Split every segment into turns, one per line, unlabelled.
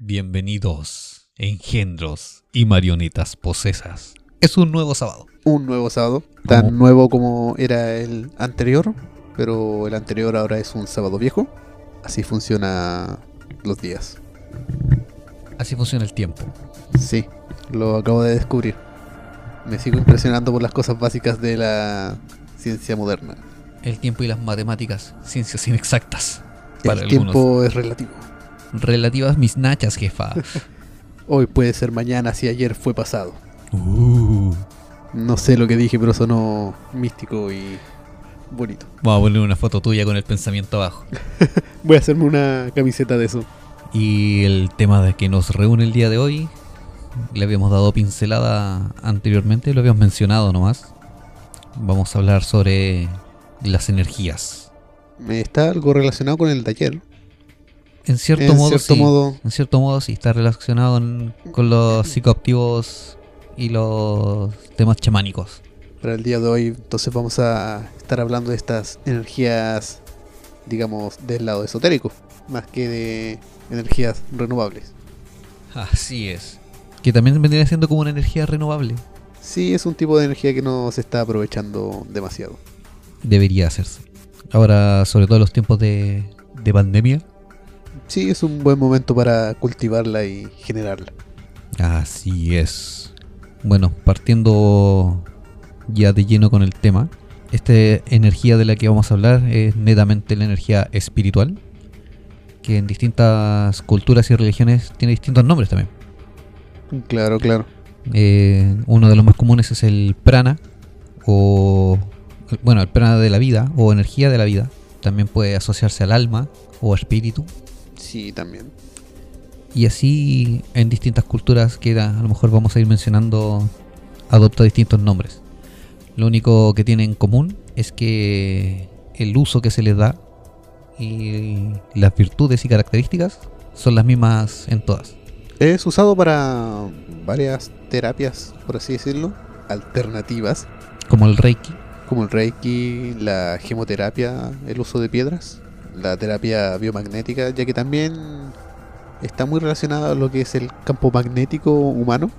Bienvenidos, Engendros y marionetas posesas. Es un nuevo sábado.
Un nuevo sábado, tan
Como-
nuevo como era el anterior, pero el anterior ahora es un sábado viejo. Así funciona los días.
Así funciona el tiempo.
Sí, lo acabo de descubrir. Me sigo impresionando por las cosas básicas de la ciencia moderna.
El tiempo y las matemáticas, ciencias inexactas. Para
El
algunos.
tiempo es relativo.
Relativas mis nachas, jefa.
Hoy puede ser mañana si ayer fue pasado.
Uh.
No sé lo que dije, pero sonó místico y bonito.
Vamos a poner una foto tuya con el pensamiento abajo.
Voy a hacerme una camiseta de eso.
Y el tema de que nos reúne el día de hoy, le habíamos dado pincelada anteriormente, lo habíamos mencionado nomás. Vamos a hablar sobre las energías.
Está algo relacionado con el taller.
En cierto
en
modo,
cierto
sí.
modo,
En cierto modo, sí, está relacionado en- con los psicoactivos y los temas chamánicos.
para el día de hoy, entonces vamos a estar hablando de estas energías, digamos, del lado esotérico, más que de energías renovables.
Así es. Que también vendría siendo como una energía renovable.
Sí, es un tipo de energía que no se está aprovechando demasiado.
Debería hacerse. Ahora, sobre todo en los tiempos de, de pandemia.
Sí, es un buen momento para cultivarla y generarla.
Así es. Bueno, partiendo ya de lleno con el tema, esta energía de la que vamos a hablar es netamente la energía espiritual, que en distintas culturas y religiones tiene distintos nombres también.
Claro, claro.
Eh, uno de los más comunes es el prana, o bueno, el prana de la vida, o energía de la vida. También puede asociarse al alma o espíritu.
Sí, también.
Y así en distintas culturas que a a lo mejor vamos a ir mencionando adopta distintos nombres. Lo único que tiene en común es que el uso que se les da y las virtudes y características son las mismas en todas.
Es usado para varias terapias, por así decirlo, alternativas,
Como el reiki,
como el reiki, la gemoterapia, el uso de piedras, la terapia biomagnética, ya que también está muy relacionado a lo que es el campo magnético humano.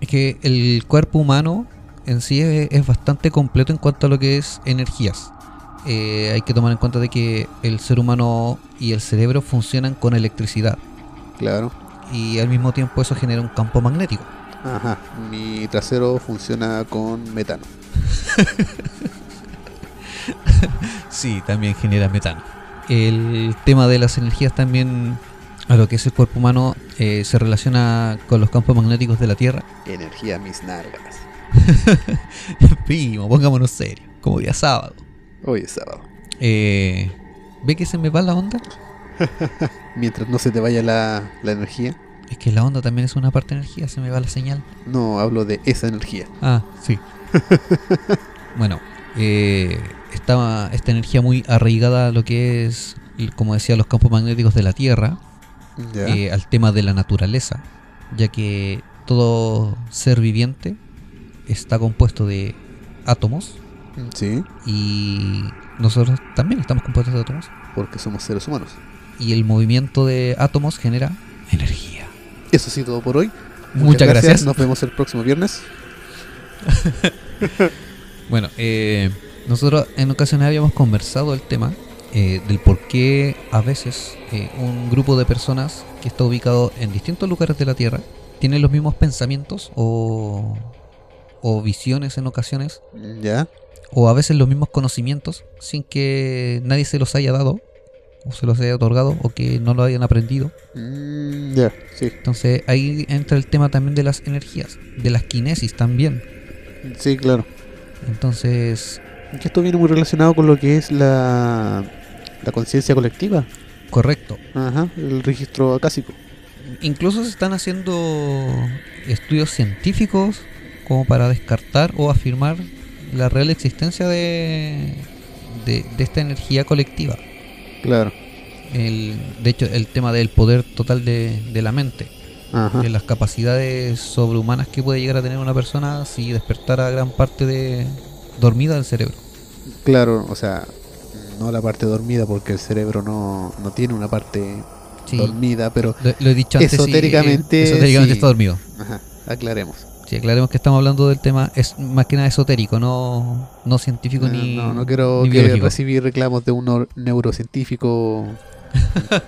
es que el cuerpo humano en sí es, es bastante completo en cuanto a lo que es energías. Eh, hay que tomar en cuenta de que el ser humano y el cerebro funcionan con electricidad
Claro.
y al mismo tiempo eso genera un campo magnético.
Ajá. Mi trasero funciona con metano.
Sí, también genera metano. El tema de las energías también a lo que es el cuerpo humano eh, se relaciona con los campos magnéticos de la Tierra.
Energía mis nalgas.
Primo, pongámonos serio, como día sábado.
Hoy es sábado.
Eh, ¿Ve que se me va la onda?
Mientras no se te vaya la, la energía.
Es que la onda también es una parte de energía, se me va la señal.
No, hablo de esa energía.
Ah, sí. bueno, eh, está esta energía muy arraigada a lo que es, como decía, los campos magnéticos de la Tierra.
Ya.
eh, al tema de la naturaleza, ya que todo ser viviente está compuesto de átomos
sí,
y nosotros también estamos compuestos de átomos
porque somos seres humanos.
y el movimiento de átomos genera energía.
Eso sí, todo por hoy.
Muchas gracias.
Nos vemos el próximo viernes.
Bueno, eh, nosotros en ocasiones habíamos conversado el tema eh, del por qué a veces eh, un grupo de personas que está ubicado en distintos lugares de la Tierra tienen los mismos pensamientos o, o visiones en ocasiones
Ya.
o a veces los mismos conocimientos sin que nadie se los haya dado o se los haya otorgado o que no lo hayan aprendido.
Mm, ya, sí.
Entonces ahí entra el tema también de las energías, de las kinesis también.
Sí, claro.
Entonces,
Que esto viene muy relacionado con lo que es la, la conciencia colectiva.
Correcto.
Ajá, el registro acásico.
Incluso se están haciendo estudios científicos como para descartar o afirmar la real existencia de, de, de esta energía colectiva.
Claro.
El, de hecho, el tema del poder total de, de la mente,
Ajá.
de las capacidades sobrehumanas que puede llegar a tener una persona si despertara gran parte de dormida del cerebro.
Claro, o sea, no la parte dormida porque el cerebro no, no tiene una parte
Sí,
dormida, pero
lo, lo he dicho antes. sí,
Esotéricamente,
eh, esotéricamente
sí.
está dormido.
ajá, aclaremos.
Sí, aclaremos que estamos hablando del tema, es más que nada esotérico, no, no científico
Eh,
ni.
no, no quiero
ni
que
biológico.
recibir reclamos de un nor- neurocientífico. No.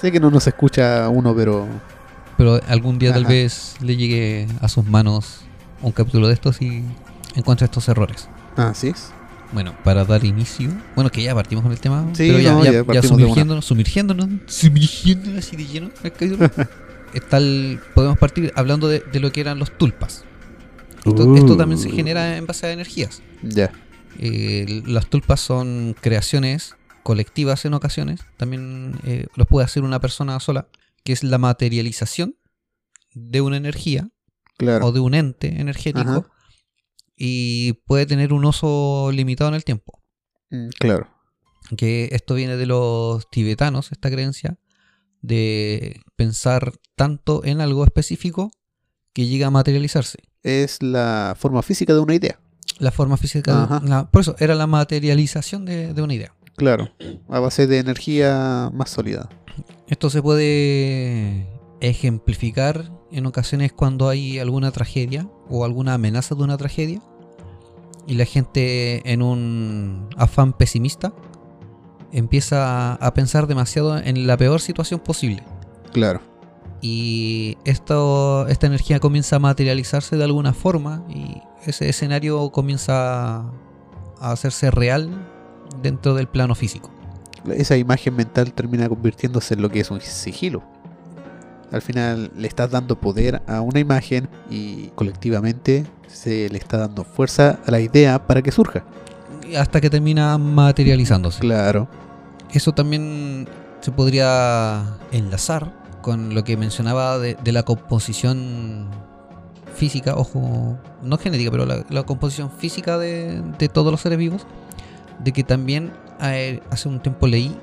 Sé que no nos escucha uno, pero
Pero algún día tal
Ajá.
vez le llegue a sus manos un capítulo de estos y encuentra estos errores.
así es.
Bueno, para dar inicio. Bueno, que ya partimos con el tema.
Sí,
pero ya,
no,
ya-
ya
ya
partimos de una.
sumergiéndonos, sumergiéndonos, sumergiéndonos así de lleno. al caído. Es tal- podemos partir hablando de, de lo que eran los tulpas. Esto, esto también se
Uh.
genera en base a energías.
Ya,
Eh, las tulpas son creaciones colectivas en ocasiones. También eh, los puede hacer una persona sola, que es la materialización de una energía
claro.
o de un ente energético.
Ajá.
Y puede tener un uso limitado en el tiempo.
Mm, Claro.
Que esto viene de los tibetanos, esta creencia de pensar tanto en algo específico que llega a materializarse.
Es la forma física de una idea.
La forma física,
Ajá.
la- por eso, era la materialización de- de una idea.
Claro. A base de energía más sólida.
Esto se puede ejemplificar en ocasiones cuando hay alguna tragedia o alguna amenaza de una tragedia y la gente en un afán pesimista empieza a pensar demasiado en la peor situación posible
Claro.
y esto, esta energía comienza a materializarse de alguna forma y ese escenario comienza a hacerse real dentro del plano físico.
Esa imagen mental termina convirtiéndose en lo que es un sigilo. Al final le estás dando poder a una imagen y colectivamente se le está dando fuerza a la idea para que surja.
Hasta que termina materializándose.
Claro.
Eso también se podría enlazar con lo que mencionaba de, de la composición física, ojo, no genética, pero la, la composición física de, de todos los seres vivos, de que también eh, hace un tiempo leí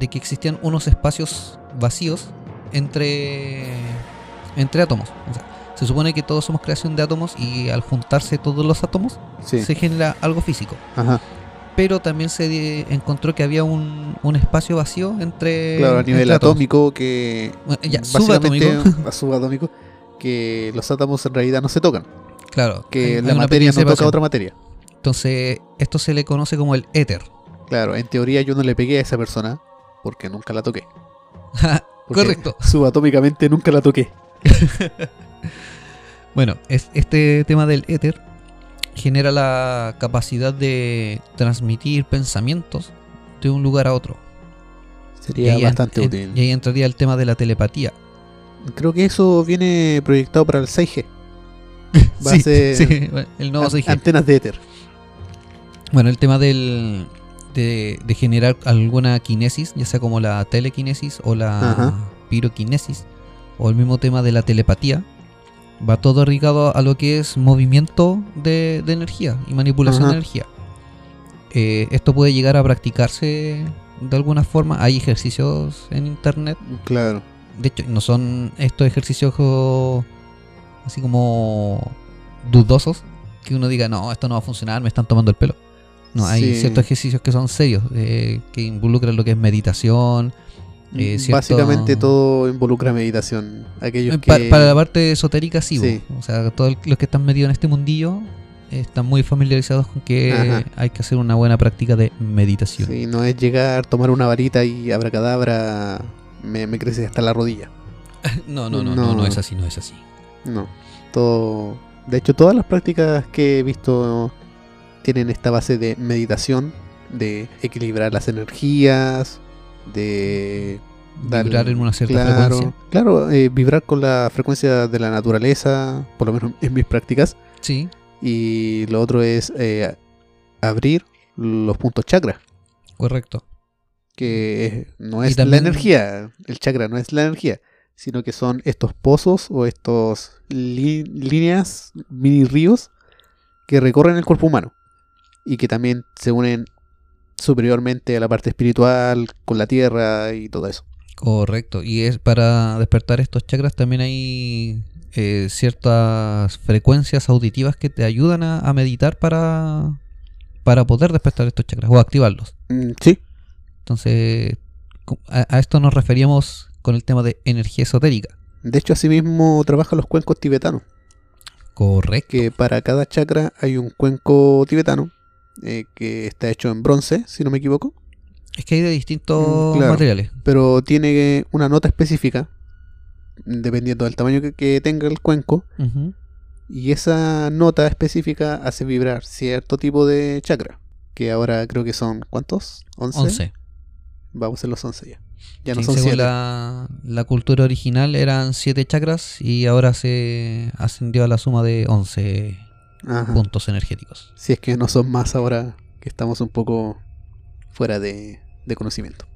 de que existían unos espacios vacíos entre, entre átomos. O sea, se supone que todos somos creación de átomos y al juntarse todos los átomos
Sí.
se genera algo físico
Ajá.
pero también se di- encontró que había un, un espacio vacío entre.
Claro, a nivel
entre átomos.
atómico que...
Bueno, Eh, ya,
básicamente,
subatómico.
a subatómico, que los átomos en realidad no se tocan.
Claro. hay-
Que
hay
la
una
materia
pequeña
no toca
separación.
a otra materia.
Entonces, esto se le conoce como el éter.
Claro, en teoría yo no le pegué a esa persona porque nunca la toqué. Porque
Correcto.
Subatómicamente nunca la toqué.
Bueno, es, este tema del éter genera la capacidad de transmitir pensamientos de un lugar a otro.
Sería
ahí en-
bastante
en-
útil.
Y ahí entraría el tema de la telepatía.
Creo que eso viene proyectado para el 6G. Va a
Sí,
ser
sí, el nuevo
an-
6G.
antenas de éter.
Bueno, el tema del, de, de generar alguna kinesis, ya sea como la telequinesis o la
Ajá.
piroquinesis, o el mismo tema de la telepatía, va todo ligado a lo que es movimiento de, de energía y manipulación
Ajá.
de energía. Eh, esto puede llegar a practicarse de alguna forma. Hay ejercicios en internet
Claro.
de hecho, no son estos ejercicios jo- así como dudosos que uno diga, no, esto no va a funcionar, me están tomando el pelo. No, hay
Sí.
ciertos ejercicios que son serios, eh, que involucran lo que es meditación. Eh,
Mm,
cierto-
Básicamente todo involucra meditación. Aquellos
Eh,
que...
pa- para la parte esotérica, sí.
Sí.
bo. O sea, todos los que están metidos en este mundillo eh, están muy familiarizados con que
Ajá.
hay que hacer una buena práctica de meditación.
Sí, no es llegar, tomar una varita y abracadabra me, me crece hasta la rodilla.
No, no, no, no, no
No.
es así, no es así.
No. Todo... De hecho, todas las prácticas que he visto tienen esta base de meditación, de equilibrar las energías, de Dar-
Vibrar en una cierta
claro,
frecuencia.
Claro, eh, vibrar con la frecuencia de la naturaleza, por lo menos en mis prácticas.
Sí,
Y lo otro es eh, abrir los puntos chakra.
correcto.
que no
Y
es
también-
la energía, el chakra no es la energía, sino que son estos pozos o estos li- líneas, mini ríos que recorren el cuerpo humano y que también se unen superiormente a la parte espiritual, con la tierra y todo eso.
Correcto. Y es para despertar estos chakras también hay eh, ciertas frecuencias auditivas que te ayudan a, a meditar para, para poder despertar estos chakras o activarlos.
Mm, sí.
Entonces, co- a, a esto nos referíamos con el tema de energía esotérica.
De hecho, asimismo trabajan los cuencos tibetanos,
Correcto.
que para cada chakra hay un cuenco tibetano eh, que está hecho en bronce, si no me equivoco.
Es que hay de distintos
Mm, claro.
materiales.
pero tiene una nota específica, dependiendo del tamaño que, que tenga el cuenco,
Ujú.
y esa nota específica hace vibrar cierto tipo de chakra, que ahora creo que son, ¿cuántos? ¿11?
11.
Vamos en los 11 ya. Ya no
Sí,
son
según
7.
la, la cultura original eran 7 chakras y ahora se ascendió a la suma de 11 puntos energéticos.
Si es que no son más ahora que estamos un poco fuera de, de conocimiento.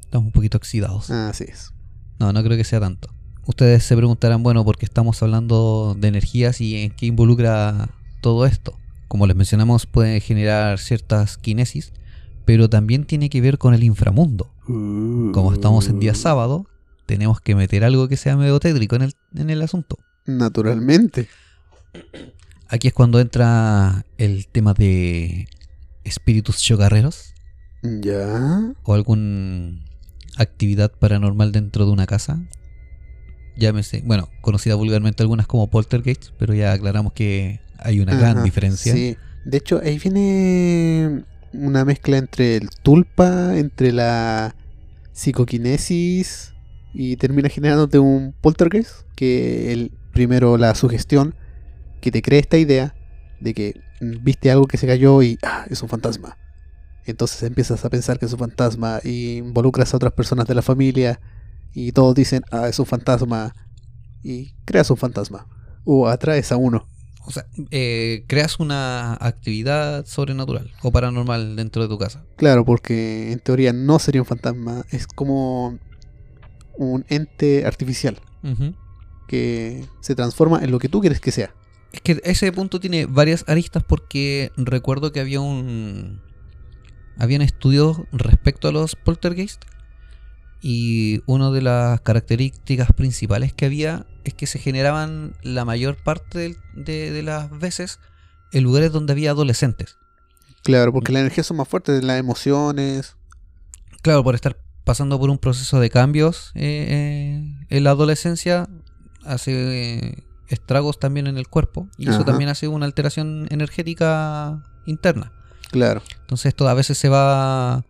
Estamos un poquito oxidados.
Así es.
No, no creo que sea tanto. Ustedes se preguntarán, bueno, ¿por qué estamos hablando de energías y en qué involucra todo esto? Como les mencionamos, puede generar ciertas kinesis, pero también tiene que ver con el inframundo. Como estamos en día sábado, tenemos que meter algo que sea medio tétrico en el, en el asunto.
Naturalmente.
Aquí es cuando entra el tema de espíritus chocarreros
Ya.
o alguna actividad paranormal dentro de una casa. Llámese, bueno, conocida vulgarmente algunas como poltergeist, pero ya aclaramos que hay una gran
Ajá,
diferencia.
Sí, de hecho ahí viene una mezcla entre el tulpa, entre la psicoquinesis y termina generándote un poltergeist, que el primero la sugestión que te crea esta idea de que mm, viste algo que se cayó y ah, es un fantasma. Entonces empiezas a pensar que es un fantasma y involucras a otras personas de la familia y todos dicen, ah, es un fantasma y creas un fantasma o atraes a uno.
O sea, eh, creas una actividad sobrenatural o paranormal dentro de tu casa.
Claro, porque en teoría no sería un fantasma, es como un ente artificial que se transforma en lo que tú quieres que sea.
Es que ese punto tiene varias aristas porque recuerdo que había un. Habían estudios respecto a los poltergeist. Y una de las características principales que había es que se generaban la mayor parte del- de, de las veces en lugares donde había adolescentes.
Claro, porque las energías son más fuertes, las emociones.
Claro, por estar pasando por un proceso de cambios eh, eh, en la adolescencia, hace eh, estragos también en el cuerpo. Y eso
Ajá.
también hace una alteración energética interna.
Claro,
Entonces esto a veces se va,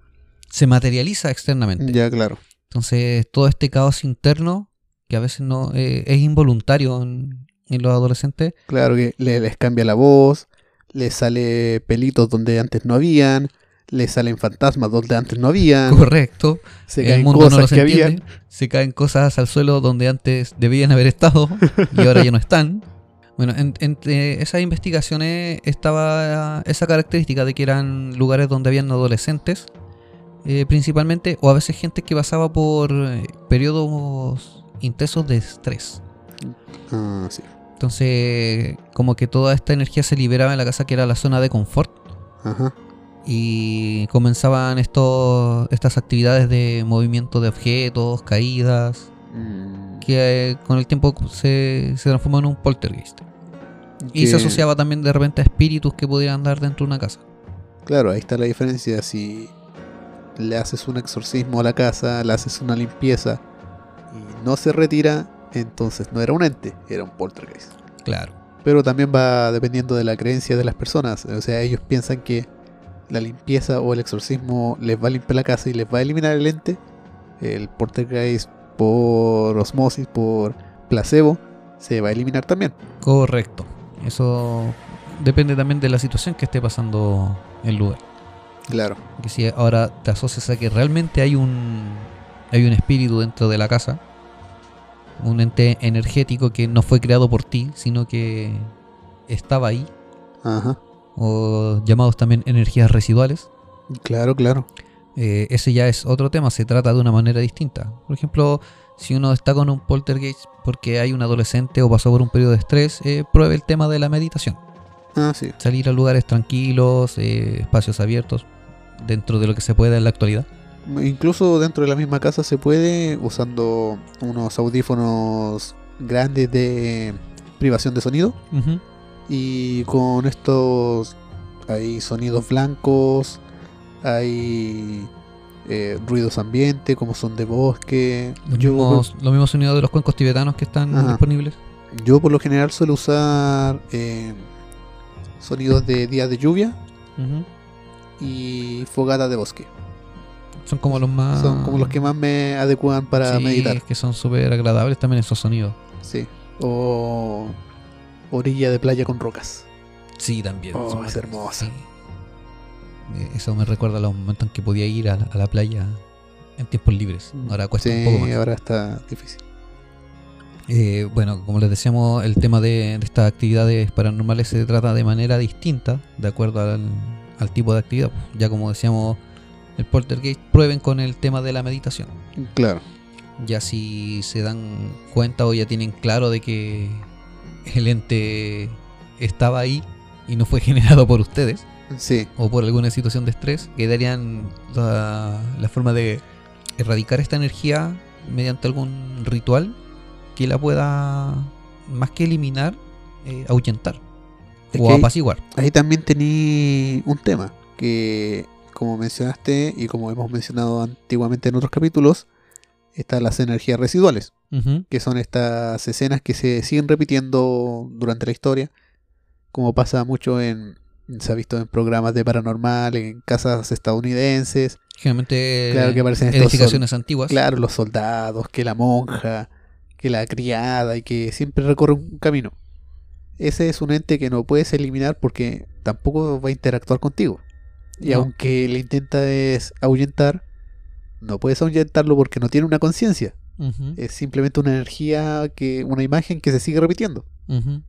se materializa externamente.
ya claro.
Entonces todo este caos interno, que a veces no eh, es involuntario en, en los adolescentes,
Claro que le- les cambia la voz, les sale pelitos donde antes no habían, les salen fantasmas donde antes no habían,
correcto,
Ah, se
el
caen
mundo no
cosas
los
que
entiende,
habían.
se caen cosas al suelo donde antes debían haber estado y ahora ya no están. Bueno, en- entre esas investigaciones estaba esa característica de que eran lugares donde habían adolescentes, eh, principalmente, o a veces gente que pasaba por eh, periodos intensos de estrés.
Ah, sí.
Entonces, como que toda esta energía se liberaba en la casa que era la zona de confort
Ajá.
y comenzaban estos, estas actividades de movimiento de objetos, caídas,
Mm,
que eh, con el tiempo se, se transformó en un poltergeist. Y
que-
se asociaba también de repente a espíritus que pudieran andar dentro de una casa.
Claro, ahí está la diferencia. Si le haces un exorcismo a la casa, le haces una limpieza y no se retira, entonces no era un ente, era un poltergeist.
Claro.
Pero también va dependiendo de la creencia de las personas. O sea, ellos piensan que la limpieza o el exorcismo les va a limpiar la casa y les va a eliminar el ente. El poltergeist por osmosis, por placebo, se va a eliminar también.
Correcto. Eso depende también de la situación que esté pasando el lugar.
Claro.
Que si ahora te asocias a que realmente hay un hay un espíritu dentro de la casa, un ente energético que no fue creado por ti, sino que estaba ahí,
Ajá.
o llamados también energías residuales,
Claro, claro.
eh, ese ya es otro tema, se trata de una manera distinta. Por ejemplo, si uno está con un poltergeist porque hay un adolescente o pasó por un periodo de estrés, eh, pruebe el tema de la meditación.
Ah, sí.
Salir a lugares tranquilos, eh, espacios abiertos, dentro de lo que se pueda en la actualidad.
Incluso dentro de la misma casa se puede usando unos audífonos grandes de privación de sonido
Ujú.
y con estos hay sonidos blancos, hay eh, ruidos ambiente como son de bosque.
Los,
Yo,
mismos, los mismos sonidos de los cuencos tibetanos que están
Ajá.
disponibles.
yo por lo general suelo usar eh, sonidos de días de lluvia
Ujú.
y fogata de bosque.
Son como los más...
Son como los que más me adecuan para
Ah. Sí,
meditar.
es que son súper agradables también esos sonidos.
Sí. O orilla de playa con rocas.
Sí, también.
Oh,
Son
es
bacanes,
hermoso.
sí. Eh, Eso me recuerda a los momentos en que podía ir a la, a la playa en tiempos libres. Ahora cuesta
sí,
un poco más.
ahora está difícil.
Eh, bueno, como les decíamos, el tema de, de estas actividades paranormales se trata de manera distinta, de acuerdo al, al tipo de actividad. Ya como decíamos, el poltergeist prueben con el tema de la meditación.
Claro.
Ya si se dan cuenta o ya tienen claro de que el ente estaba ahí y no fue generado por ustedes,
Sí.
o por alguna situación de estrés, quedarían la, la forma de erradicar esta energía mediante algún ritual que la pueda, más que eliminar, eh, ahuyentar
Es
o
que ahí-
apaciguar.
Ahí también tení un tema que, como mencionaste y como hemos mencionado antiguamente en otros capítulos, están las energías residuales, que son estas escenas que se siguen repitiendo durante la historia, como pasa mucho en... Se ha visto en programas de paranormal, en casas estadounidenses,
Generalmente
Claro que aparecen estos
edificaciones antiguas.
Claro, los soldados, que la monja, que la criada y que siempre recorre un camino. Ese es un ente que no puedes eliminar porque tampoco va a interactuar contigo. Y
No.
aunque le intentas ahuyentar, no puedes ahuyentarlo porque no tiene una conciencia.
Ujú,
Es simplemente una energía, que una imagen que se sigue repitiendo.
ujú.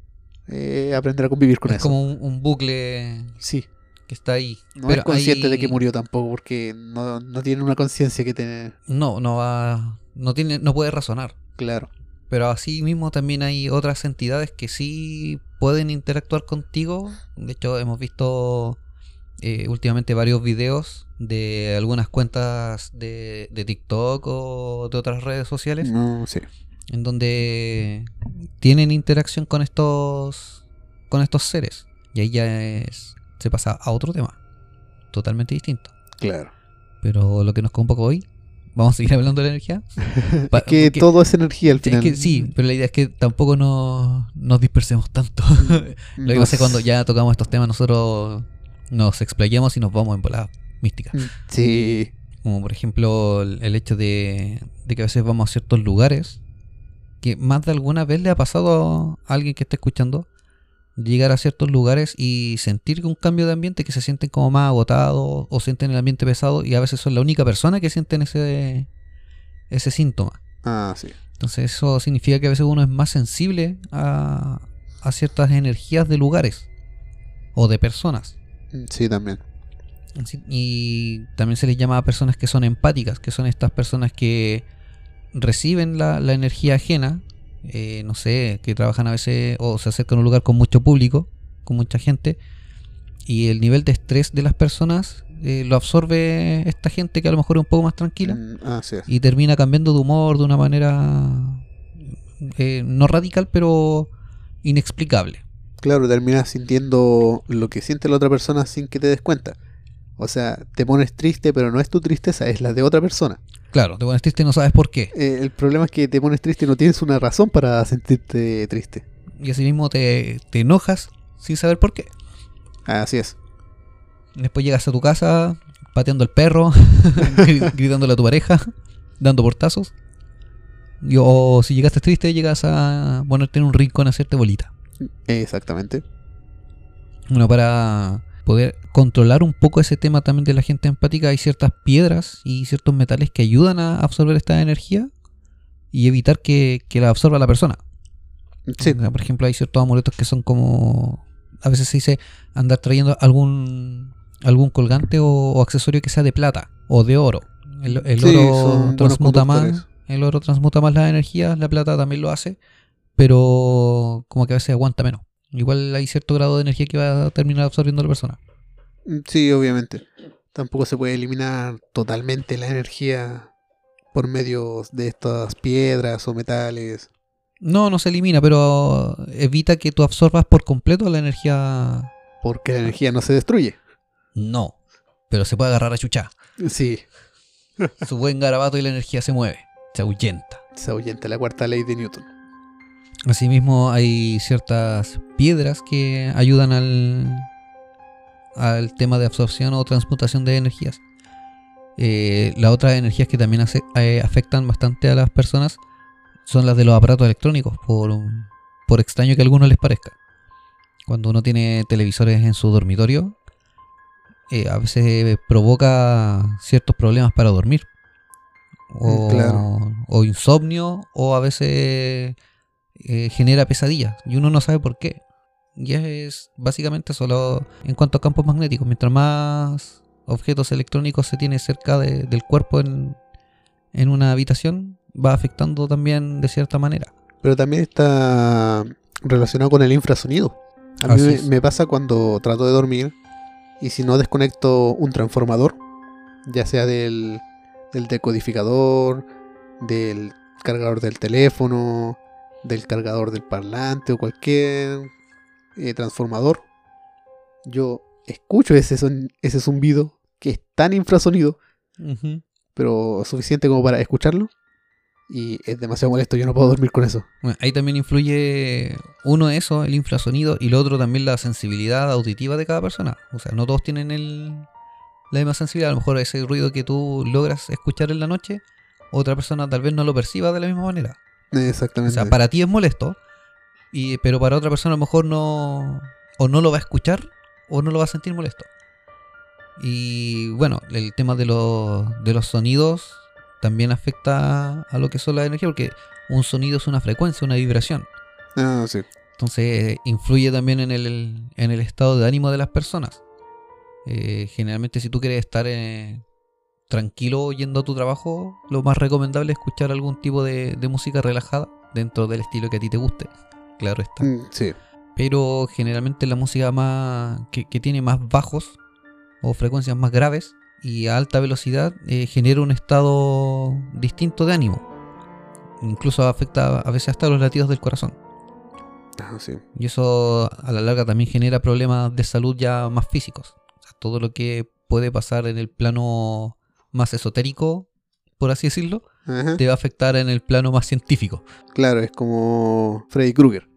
Eh, aprender a convivir con
Es
eso.
como un, un bucle
Sí,
que está ahí.
no
Pero
es consciente de
ahí
que murió tampoco porque no, no tiene una conciencia que tener.
No, no va, no tiene, no puede razonar.
Claro,
Pero así mismo también hay otras entidades que sí pueden interactuar contigo. De hecho, hemos visto eh, últimamente varios videos de algunas cuentas de, de TikTok o de otras redes sociales
no sé.
en donde tienen interacción con estos con estos seres. Y ahí ya es- se pasa a otro tema, totalmente distinto.
Claro.
Pero lo que nos convoca hoy, vamos a seguir hablando de la energía. Pa-
Es que
porque-
todo es energía al
Sí, es
final.
que sí, pero la idea es que tampoco nos, nos dispersemos tanto. Lo que
No
pasa es
sé.
cuando ya tocamos estos temas, nosotros nos explayamos y nos vamos en volada mística.
mm, Sí,
Como por ejemplo el el hecho de, de que a veces vamos a ciertos lugares que más de alguna vez le ha pasado a alguien que está escuchando llegar a ciertos lugares y sentir un cambio de ambiente que se sienten como más agotados o sienten el ambiente pesado y a veces son la única persona que sienten ese, ese síntoma.
ah, sí.
Entonces eso significa que a veces uno es más sensible a, a ciertas energías de lugares o de personas.
Mm, Sí, también.
Así- Y también se les llama a personas que son empáticas, que son estas personas que reciben la, la energía ajena, eh, no sé, que trabajan a veces o se acercan a un lugar con mucho público, con mucha gente, y el nivel de estrés de las personas eh, lo absorbe esta gente que a lo mejor es un poco más tranquila
Mm, Ah, sí.
y termina cambiando de humor de una manera eh, no radical, pero inexplicable.
Claro, terminas sintiendo lo que siente la otra persona sin que te des cuenta. O sea, te pones triste, pero no es tu tristeza, es la de otra persona.
Claro, te pones triste y no sabes por qué.
Eh, el problema es que te pones triste y no tienes una razón para sentirte triste.
Y así mismo te, te enojas sin saber por qué.
Así es.
Después llegas a tu casa pateando al perro, gri- gritándole a tu pareja, dando portazos. Y- o si llegaste triste, llegas a ponerte en un rincón a hacerte bolita.
Exactamente.
Bueno, para poder controlar un poco ese tema también de la gente empática, hay ciertas piedras y ciertos metales que ayudan a absorber esta energía y evitar que, que la absorba la persona.
Sí,
O sea, por ejemplo, hay ciertos amuletos que son como. A veces se dice andar trayendo algún algún colgante o, o accesorio que sea de plata, o de oro. El, el
Sí,
oro
son
transmuta
buenos
más.
conductores.
El oro transmuta más las energías, la plata también lo hace, pero como que a veces aguanta menos. Igual hay cierto grado de energía que va a terminar absorbiendo la persona.
Mm, Sí, obviamente. Tampoco se puede eliminar totalmente la energía por medio de estas piedras o metales.
No, no se elimina, pero evita que tú absorbas por completo la energía.
Porque la energía no se destruye.
No, pero se puede agarrar a chuchá.
Sí,
Su buen garabato y la energía se mueve, se ahuyenta.
se ahuyenta la cuarta ley de Newton.
Asimismo, hay ciertas piedras que ayudan al, al tema de absorción o transmutación de energías. Eh, las otras energías que también hace- eh, afectan bastante a las personas son las de los aparatos electrónicos, por, por extraño que a algunos les parezca. Cuando uno tiene televisores en su dormitorio, eh, a veces provoca ciertos problemas para dormir. O,
Claro.
o insomnio, o a veces eh, genera pesadillas y uno no sabe por qué. Y es básicamente solo en cuanto a campos magnéticos. Mientras más objetos electrónicos se tiene cerca de- del cuerpo en, en una habitación, va afectando también de cierta manera.
Pero también está relacionado con el infrasonido. A mí
Así
me,
es.
me pasa cuando trato de dormir y si no desconecto un transformador, ya sea del, del decodificador, del cargador del teléfono, del cargador del parlante o cualquier eh, transformador, yo escucho ese, son- ese zumbido que es tan infrasonido, pero suficiente como para escucharlo y es demasiado molesto, yo no puedo dormir con eso.
Bueno, ahí también influye uno eso, el infrasonido, y lo otro también la sensibilidad auditiva de cada persona. O sea, no todos tienen el, la misma sensibilidad. A lo mejor ese ruido que tú logras escuchar en la noche, otra persona tal vez no lo perciba de la misma manera. O
Exactamente.
sea, para ti es molesto, y, pero para otra persona a lo mejor no. O no lo va a escuchar, o no lo va a sentir molesto. Y bueno, el tema de, los de los sonidos también afecta a lo que son las energías, porque un sonido es una frecuencia, una vibración.
Ah, sí.
Entonces eh, influye también en el, en el estado de ánimo de las personas. Eh, generalmente si tú quieres estar eh, tranquilo yendo a tu trabajo, lo más recomendable es escuchar algún tipo de, de música relajada dentro del estilo que a ti te guste. Claro está.
Mm, Sí.
Pero generalmente la música más que, que tiene más bajos o frecuencias más graves y a alta velocidad eh, genera un estado distinto de ánimo. Incluso afecta a veces hasta los latidos del corazón.
Ah, sí.
Y eso a la larga también genera problemas de salud ya más físicos. O sea, todo lo que puede pasar en el plano más esotérico, por así decirlo,
Ajá.
te va a afectar en el plano más científico.
Claro, es como Freddy Krueger.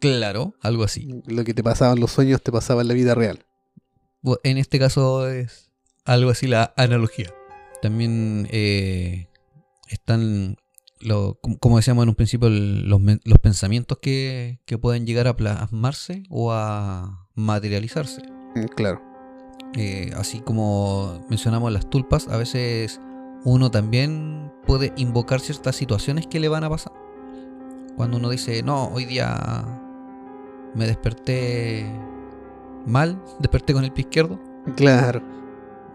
Claro, algo así.
Lo que te pasaba en los sueños te pasaba en la vida real.
Bu- En este caso es algo así la analogía. También eh, están, lo- com- como decíamos en un principio, el- los, men- los pensamientos que, que pueden llegar a plasmarse o a materializarse.
Mm, Claro.
Eh, así como mencionamos las tulpas, a veces uno también puede invocar ciertas situaciones que le van a pasar. Cuando uno dice, no, hoy día me desperté mal, desperté con el pie izquierdo
Claro.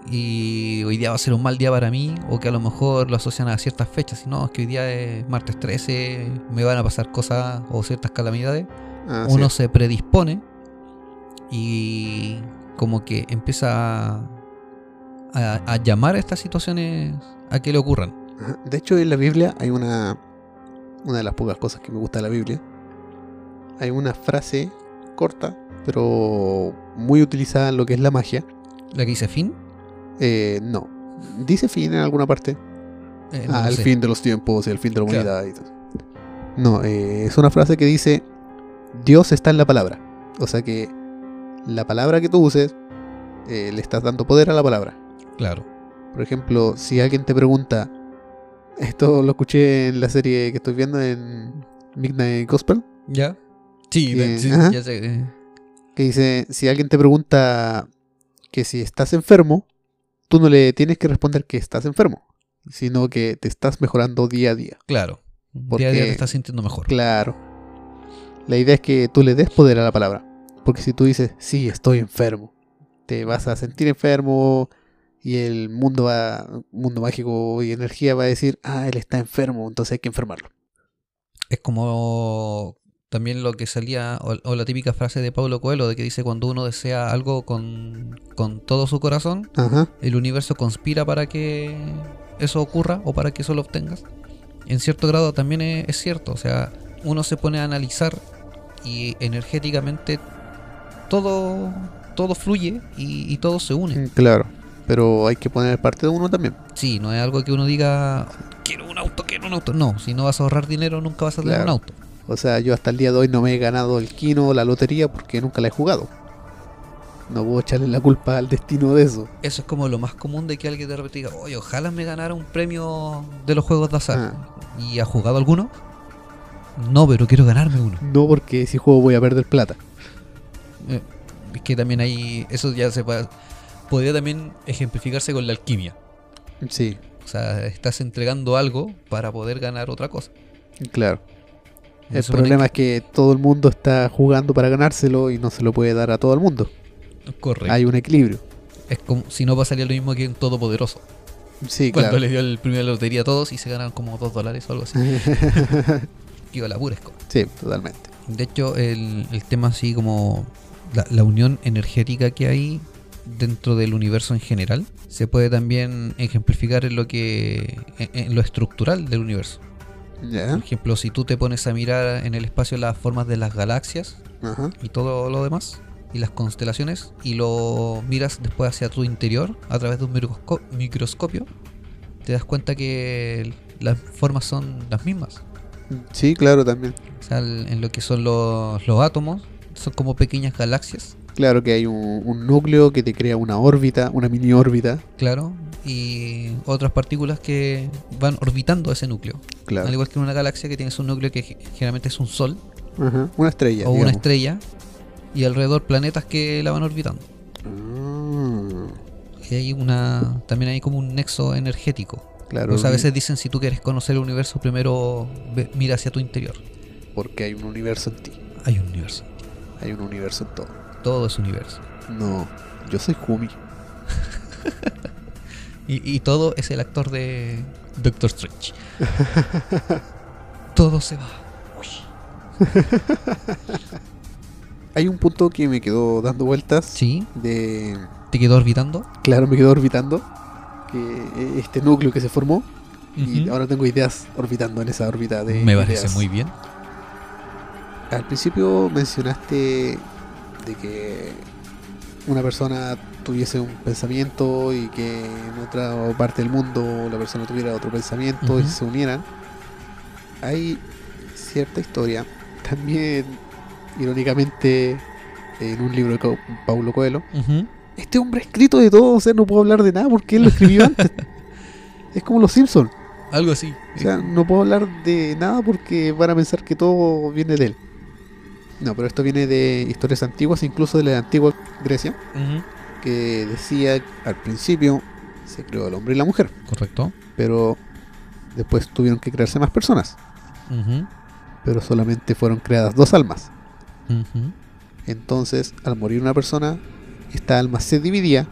y hoy día va a ser un mal día para mí, o que a lo mejor lo asocian a ciertas fechas, y no, es que hoy día es martes 13, me van a pasar cosas o ciertas calamidades
Ah, sí.
uno se predispone y como que empieza a, a- a llamar a estas situaciones a que le ocurran.
Ajá. De hecho, en la Biblia hay una. Una de las pocas cosas que me gusta de la Biblia. Hay una frase corta, pero muy utilizada en lo que es la magia.
La que dice fin.
Eh, no. Dice fin en alguna parte.
eh, no
Ah,
lo
el
sé.
fin de los tiempos y el fin de la
Claro.
humanidad. y todo. No, eh, es una frase que dice, Dios está en la palabra. O sea que la palabra que tú uses, eh, le estás dando poder a la palabra.
Claro.
Por ejemplo, si alguien te pregunta, esto lo escuché en la serie que estoy viendo en Midnight Gospel,
¿Ya? Sí,
Eh,
sí,
ajá.
ya sé. eh,
que dice, si alguien te pregunta que si estás enfermo, tú no le tienes que responder que estás enfermo, sino que te estás mejorando día a día.
claro.
Porque-
Día a día te estás sintiendo mejor.
Claro. La idea es que tú le des poder a la palabra. Porque si tú dices, sí, estoy enfermo, te vas a sentir enfermo, Y el mundo, va, mundo mágico y energía va a decir, ah, él está enfermo, entonces hay que enfermarlo.
Es como también lo que salía, o, o la típica frase de Pablo Coelho, de que dice cuando uno desea algo con, con todo su corazón,
Ajá.
el universo conspira para que eso ocurra o para que eso lo obtengas. En cierto grado también es, es cierto, o sea, uno se pone a analizar y energéticamente todo, todo fluye y, y todo se une.
Claro, pero hay que poner parte de uno también.
Sí, no es algo que uno diga, quiero un auto, quiero un auto. No, si no vas a ahorrar dinero, nunca vas a tener
Claro.
un auto.
O sea, yo hasta el día de hoy no me he ganado el kino o la lotería porque nunca la he jugado. No puedo echarle la culpa al destino de eso.
Eso es como lo más común de que alguien de repente diga, oye, ojalá me ganara un premio de los juegos de azar.
Ah,
¿Y ha jugado alguno? No, pero quiero ganarme uno.
no porque si juego voy a perder plata.
Eh, Es que también hay, eso ya se puede, podría también ejemplificarse con la alquimia.
Sí,
O sea, estás entregando algo para poder ganar otra cosa.
claro.
Se
El
supone
problema es que todo el mundo está jugando para ganárselo y no se lo puede dar a todo el mundo.
que- correcto.
Hay un equilibrio.
Es como si no pasaría lo mismo que en Todopoderoso.
Sí,
cuando
claro.
le dio el primer lotería a todos y se ganaron como 2 dólares o algo así. Que iba la pura escoba.
sí, totalmente.
De hecho, el, el tema así como la, la unión energética que hay dentro del universo en general se puede también ejemplificar en lo que en- en lo estructural del universo.
Ya.
Por ejemplo, si tú te pones a mirar en el espacio las formas de las galaxias
Ajá.
y todo lo demás, y las constelaciones, y lo miras después hacia tu interior a través de un microsco- microscopio, te das cuenta que las formas son las mismas.
Sí, claro, también.
O sea, el- en lo que son los, los átomos, son como pequeñas galaxias,
Claro que hay un, un núcleo que te crea una órbita, una mini órbita.
claro, y otras partículas que van orbitando ese núcleo. Al
Claro.
igual que en una galaxia que tienes un núcleo que ge- generalmente es un sol
Ajá. Una estrella.
o una
digamos.
estrella, y alrededor planetas que la van orbitando.
Ah.
Y hay una, también hay como un nexo energético.
Claro,
Pues a veces dicen si tú quieres conocer el universo, primero ve- mira hacia tu interior.
porque hay un universo en ti.
Hay un universo.
Hay un universo en todo.
Todo es universo.
No, yo soy Jumi.
Y, y todo es el actor de Doctor Strange. todo se va.
Hay un punto que me quedó dando vueltas.
Sí,
De.
te quedó orbitando.
Claro, me quedó orbitando. Que este núcleo que se formó. Y
Ujú.
ahora tengo ideas orbitando en esa órbita de.
Me parece
ideas.
muy bien.
Al principio mencionaste de que una persona tuviese un pensamiento y que en otra parte del mundo la persona tuviera otro pensamiento y
Ujú.
se unieran. Hay cierta historia, también irónicamente en un libro de Cau- Paulo Coelho.
Ujú.
Este hombre ha escrito de todo, o sea, no puedo hablar de nada porque él lo escribió antes. Es como los Simpsons,
Algo así.
o sea, no puedo hablar de nada porque van a pensar que todo viene de él. No, pero esto viene de historias antiguas, incluso de la antigua Grecia,
Ujú.
que decía al principio se creó el hombre y la mujer,
Correcto.
pero después tuvieron que crearse más personas,
Ujú.
pero solamente fueron creadas dos almas.
Ujú.
Entonces, al morir una persona, esta alma se dividía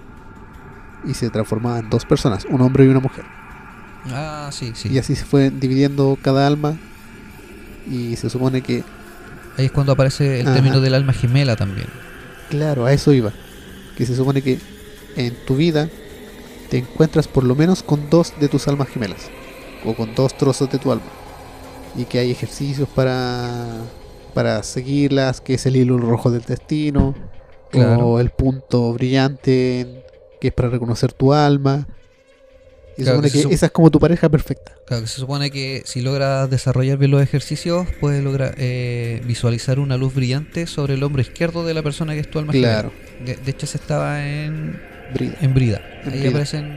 y se transformaba en dos personas, un hombre y una mujer.
Ah, sí, sí.
Y así se fue dividiendo cada alma y se supone que
Ahí es cuando aparece el
Ajá.
término del alma gemela también.
Claro, a eso iba. Que se supone que en tu vida te encuentras por lo menos con dos de tus almas gemelas. O con dos trozos de tu alma. Y que hay ejercicios para, para seguirlas, que es el hilo rojo del destino.
Claro.
O el punto brillante, que es para reconocer tu alma. Y se
Claro,
supone
que se
que
sup-
esa es como tu pareja perfecta.
Claro, que se supone que si logras desarrollar bien los ejercicios, puedes lograr eh, visualizar una luz brillante sobre el hombro izquierdo de la persona que es tu alma
Claro,
gemela. De, de hecho, se estaba en,
brilla.
en Brida. Ahí
En Brida.
aparecen.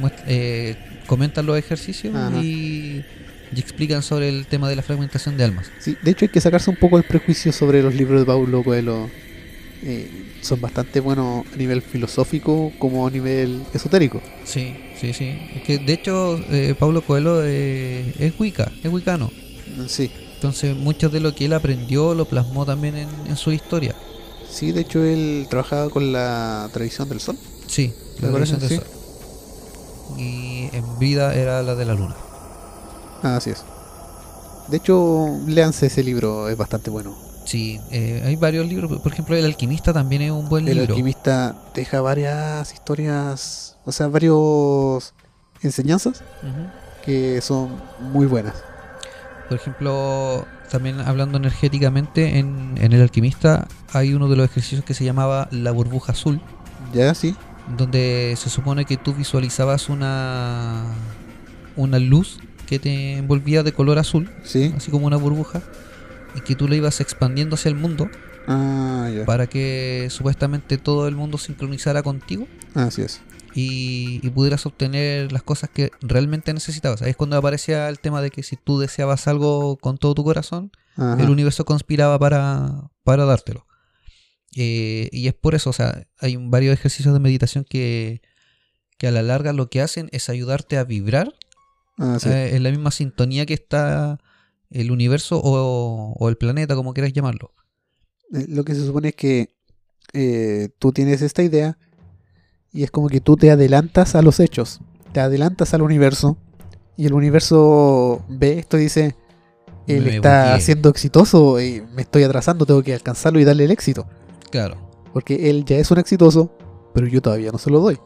muest- eh, comentan los ejercicios
Ajá.
y, y explican sobre el tema de la fragmentación de almas.
Sí, de hecho hay que sacarse un poco el prejuicio sobre los libros de Paulo Coelho. Eh, son bastante buenos a nivel filosófico como a nivel esotérico.
Sí, sí, sí. Es que, de hecho, eh, Pablo Coelho eh, es Wicca, es wicano.
Sí,
Entonces, mucho de lo que él aprendió lo plasmó también en, en su historia.
sí, de hecho él trabajaba con la tradición del sol.
Sí, La
conocen,
coloración del
sí.
sol. Y en vida era la de la luna.
Ah, así es. De hecho, leanse ese libro, es bastante bueno.
Sí, eh, hay varios libros. Por ejemplo, El Alquimista también es un buen
El
libro.
alquimista deja varias historias, o sea, varios enseñanzas
Ujú.
que son muy buenas.
Por ejemplo, también hablando energéticamente, en, en El Alquimista hay uno de los ejercicios que se llamaba La burbuja azul,
Ya, sí,
donde se supone que tú visualizabas una, una luz que te envolvía de color azul,
sí.
así como una burbuja, y que tú la ibas expandiendo hacia el mundo
Ah, ya.
para que supuestamente todo el mundo sincronizara contigo
Así es.
y, y pudieras obtener las cosas que realmente necesitabas. Ahí es cuando aparecía el tema de que si tú deseabas algo con todo tu corazón,
Ajá.
el universo conspiraba para, para dártelo. Eh, y es por eso, o sea, hay un- varios ejercicios de meditación que, que a la larga lo que hacen es ayudarte a vibrar
Así es.
eh, en la misma sintonía que está el universo o, o el planeta, como quieras llamarlo.
Eh, Lo que se supone es que eh, tú tienes esta idea y es como que tú te adelantas a los hechos, te adelantas al universo y el universo ve esto y dice, él
Me
está
bugueé.
siendo exitoso y me estoy atrasando, tengo que alcanzarlo y darle el éxito.
Claro,
Porque él ya es un exitoso, pero yo todavía no se lo doy.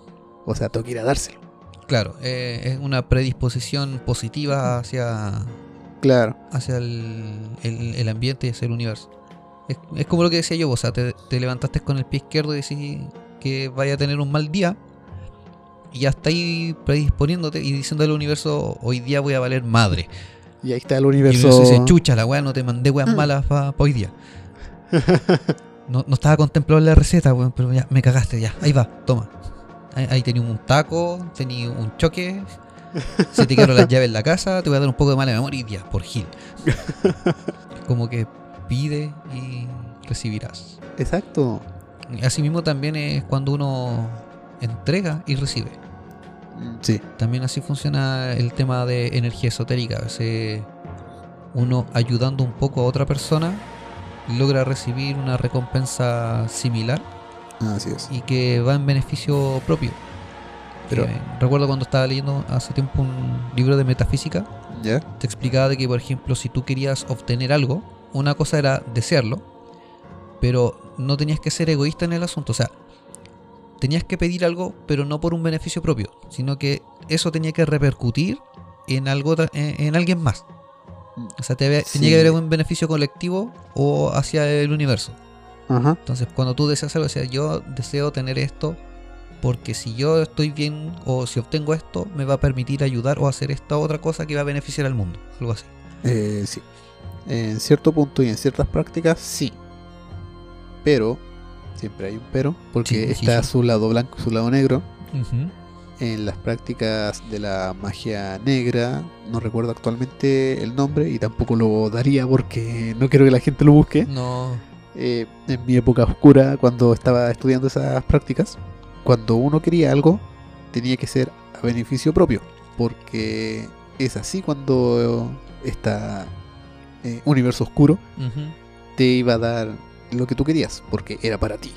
O sea, tengo que ir a dárselo.
claro, eh, es una predisposición positiva hacia,
Claro.
hacia el, el- el ambiente y hacia el universo. Es, es como lo que decía yo, o sea, te, te levantaste con el pie izquierdo y decís que vaya a tener un mal día y ya está ahí predisponiéndote y diciendo al universo, hoy día voy a valer madre.
Y ahí está el
Y el
universo.
universo dice, chucha, la weá, no te mandé weas
Mm.
malas para hoy día. No, no estaba contemplado en la receta, weón, pero ya me cagaste, ya. Ahí va, toma. Ahí, ahí tenía un taco, tenía un choque, se te quedaron las llaves en la casa, te voy a dar un poco de mala memoria y ya, por Gil. Como que pide y recibirás.
Exacto.
Asimismo también es cuando uno entrega y recibe.
Mm, Sí.
También así funciona el tema de energía esotérica. A veces uno ayudando un poco a otra persona logra recibir una recompensa similar
Así es.
y que va en beneficio propio.
Pero-
Eh, recuerdo cuando estaba leyendo hace tiempo un libro de metafísica,
¿Ya?
te explicaba de que, por ejemplo, si tú querías obtener algo, una cosa era desearlo, pero no tenías que ser egoísta en el asunto. O sea, tenías que pedir algo, pero no por un beneficio propio, sino que eso tenía que repercutir en algo ta- en, en alguien más. O sea, te había- tenía
Sí.
que haber un beneficio colectivo o hacia el universo.
Ajá.
Entonces, cuando tú deseas algo, o sea, yo deseo tener esto porque si yo estoy bien o si obtengo esto, me va a permitir ayudar o hacer esta otra cosa que va a beneficiar al mundo, algo así.
Eh, sí. En cierto punto y en ciertas prácticas, sí. Pero, siempre hay un pero,
Sí,
porque
sí,
está
sí.
su lado blanco, su lado negro. En las prácticas de la magia negra, no recuerdo actualmente el nombre y tampoco lo daría porque no quiero que la gente lo busque.
No,
eh, en mi época oscura, cuando estaba estudiando esas prácticas, cuando uno quería algo, tenía que ser a beneficio propio, porque es así cuando este universo oscuro te iba a dar lo que tú querías, porque era para ti.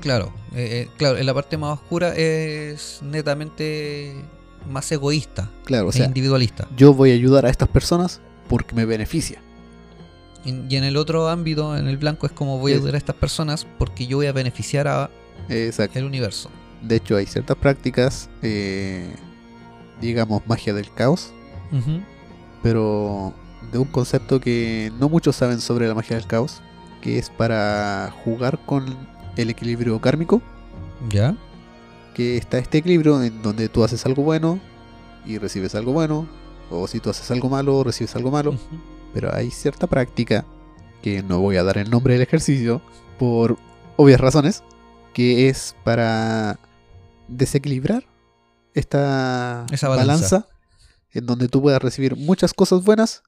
claro, eh, eh, claro, en la parte más oscura es netamente más egoísta
Claro, o
e
sea,
individualista.
yo voy a ayudar a estas personas porque me beneficia.
Y, y en el otro ámbito, en el blanco, es como voy a
Es-
ayudar a estas personas porque yo voy a beneficiar a
Exacto.
el universo.
De hecho, hay ciertas prácticas, eh, digamos, magia del caos, pero de un concepto que no muchos saben sobre la magia del caos, que es para jugar con el equilibrio kármico,
¿Ya?
que está este equilibrio en donde tú haces algo bueno y recibes algo bueno, o si tú haces algo malo, recibes algo malo,
Ujú.
pero hay cierta práctica, que no voy a dar el nombre del ejercicio, por obvias razones, que es para desequilibrar esta
Esa balanza.
balanza. en donde tú puedas recibir muchas cosas buenas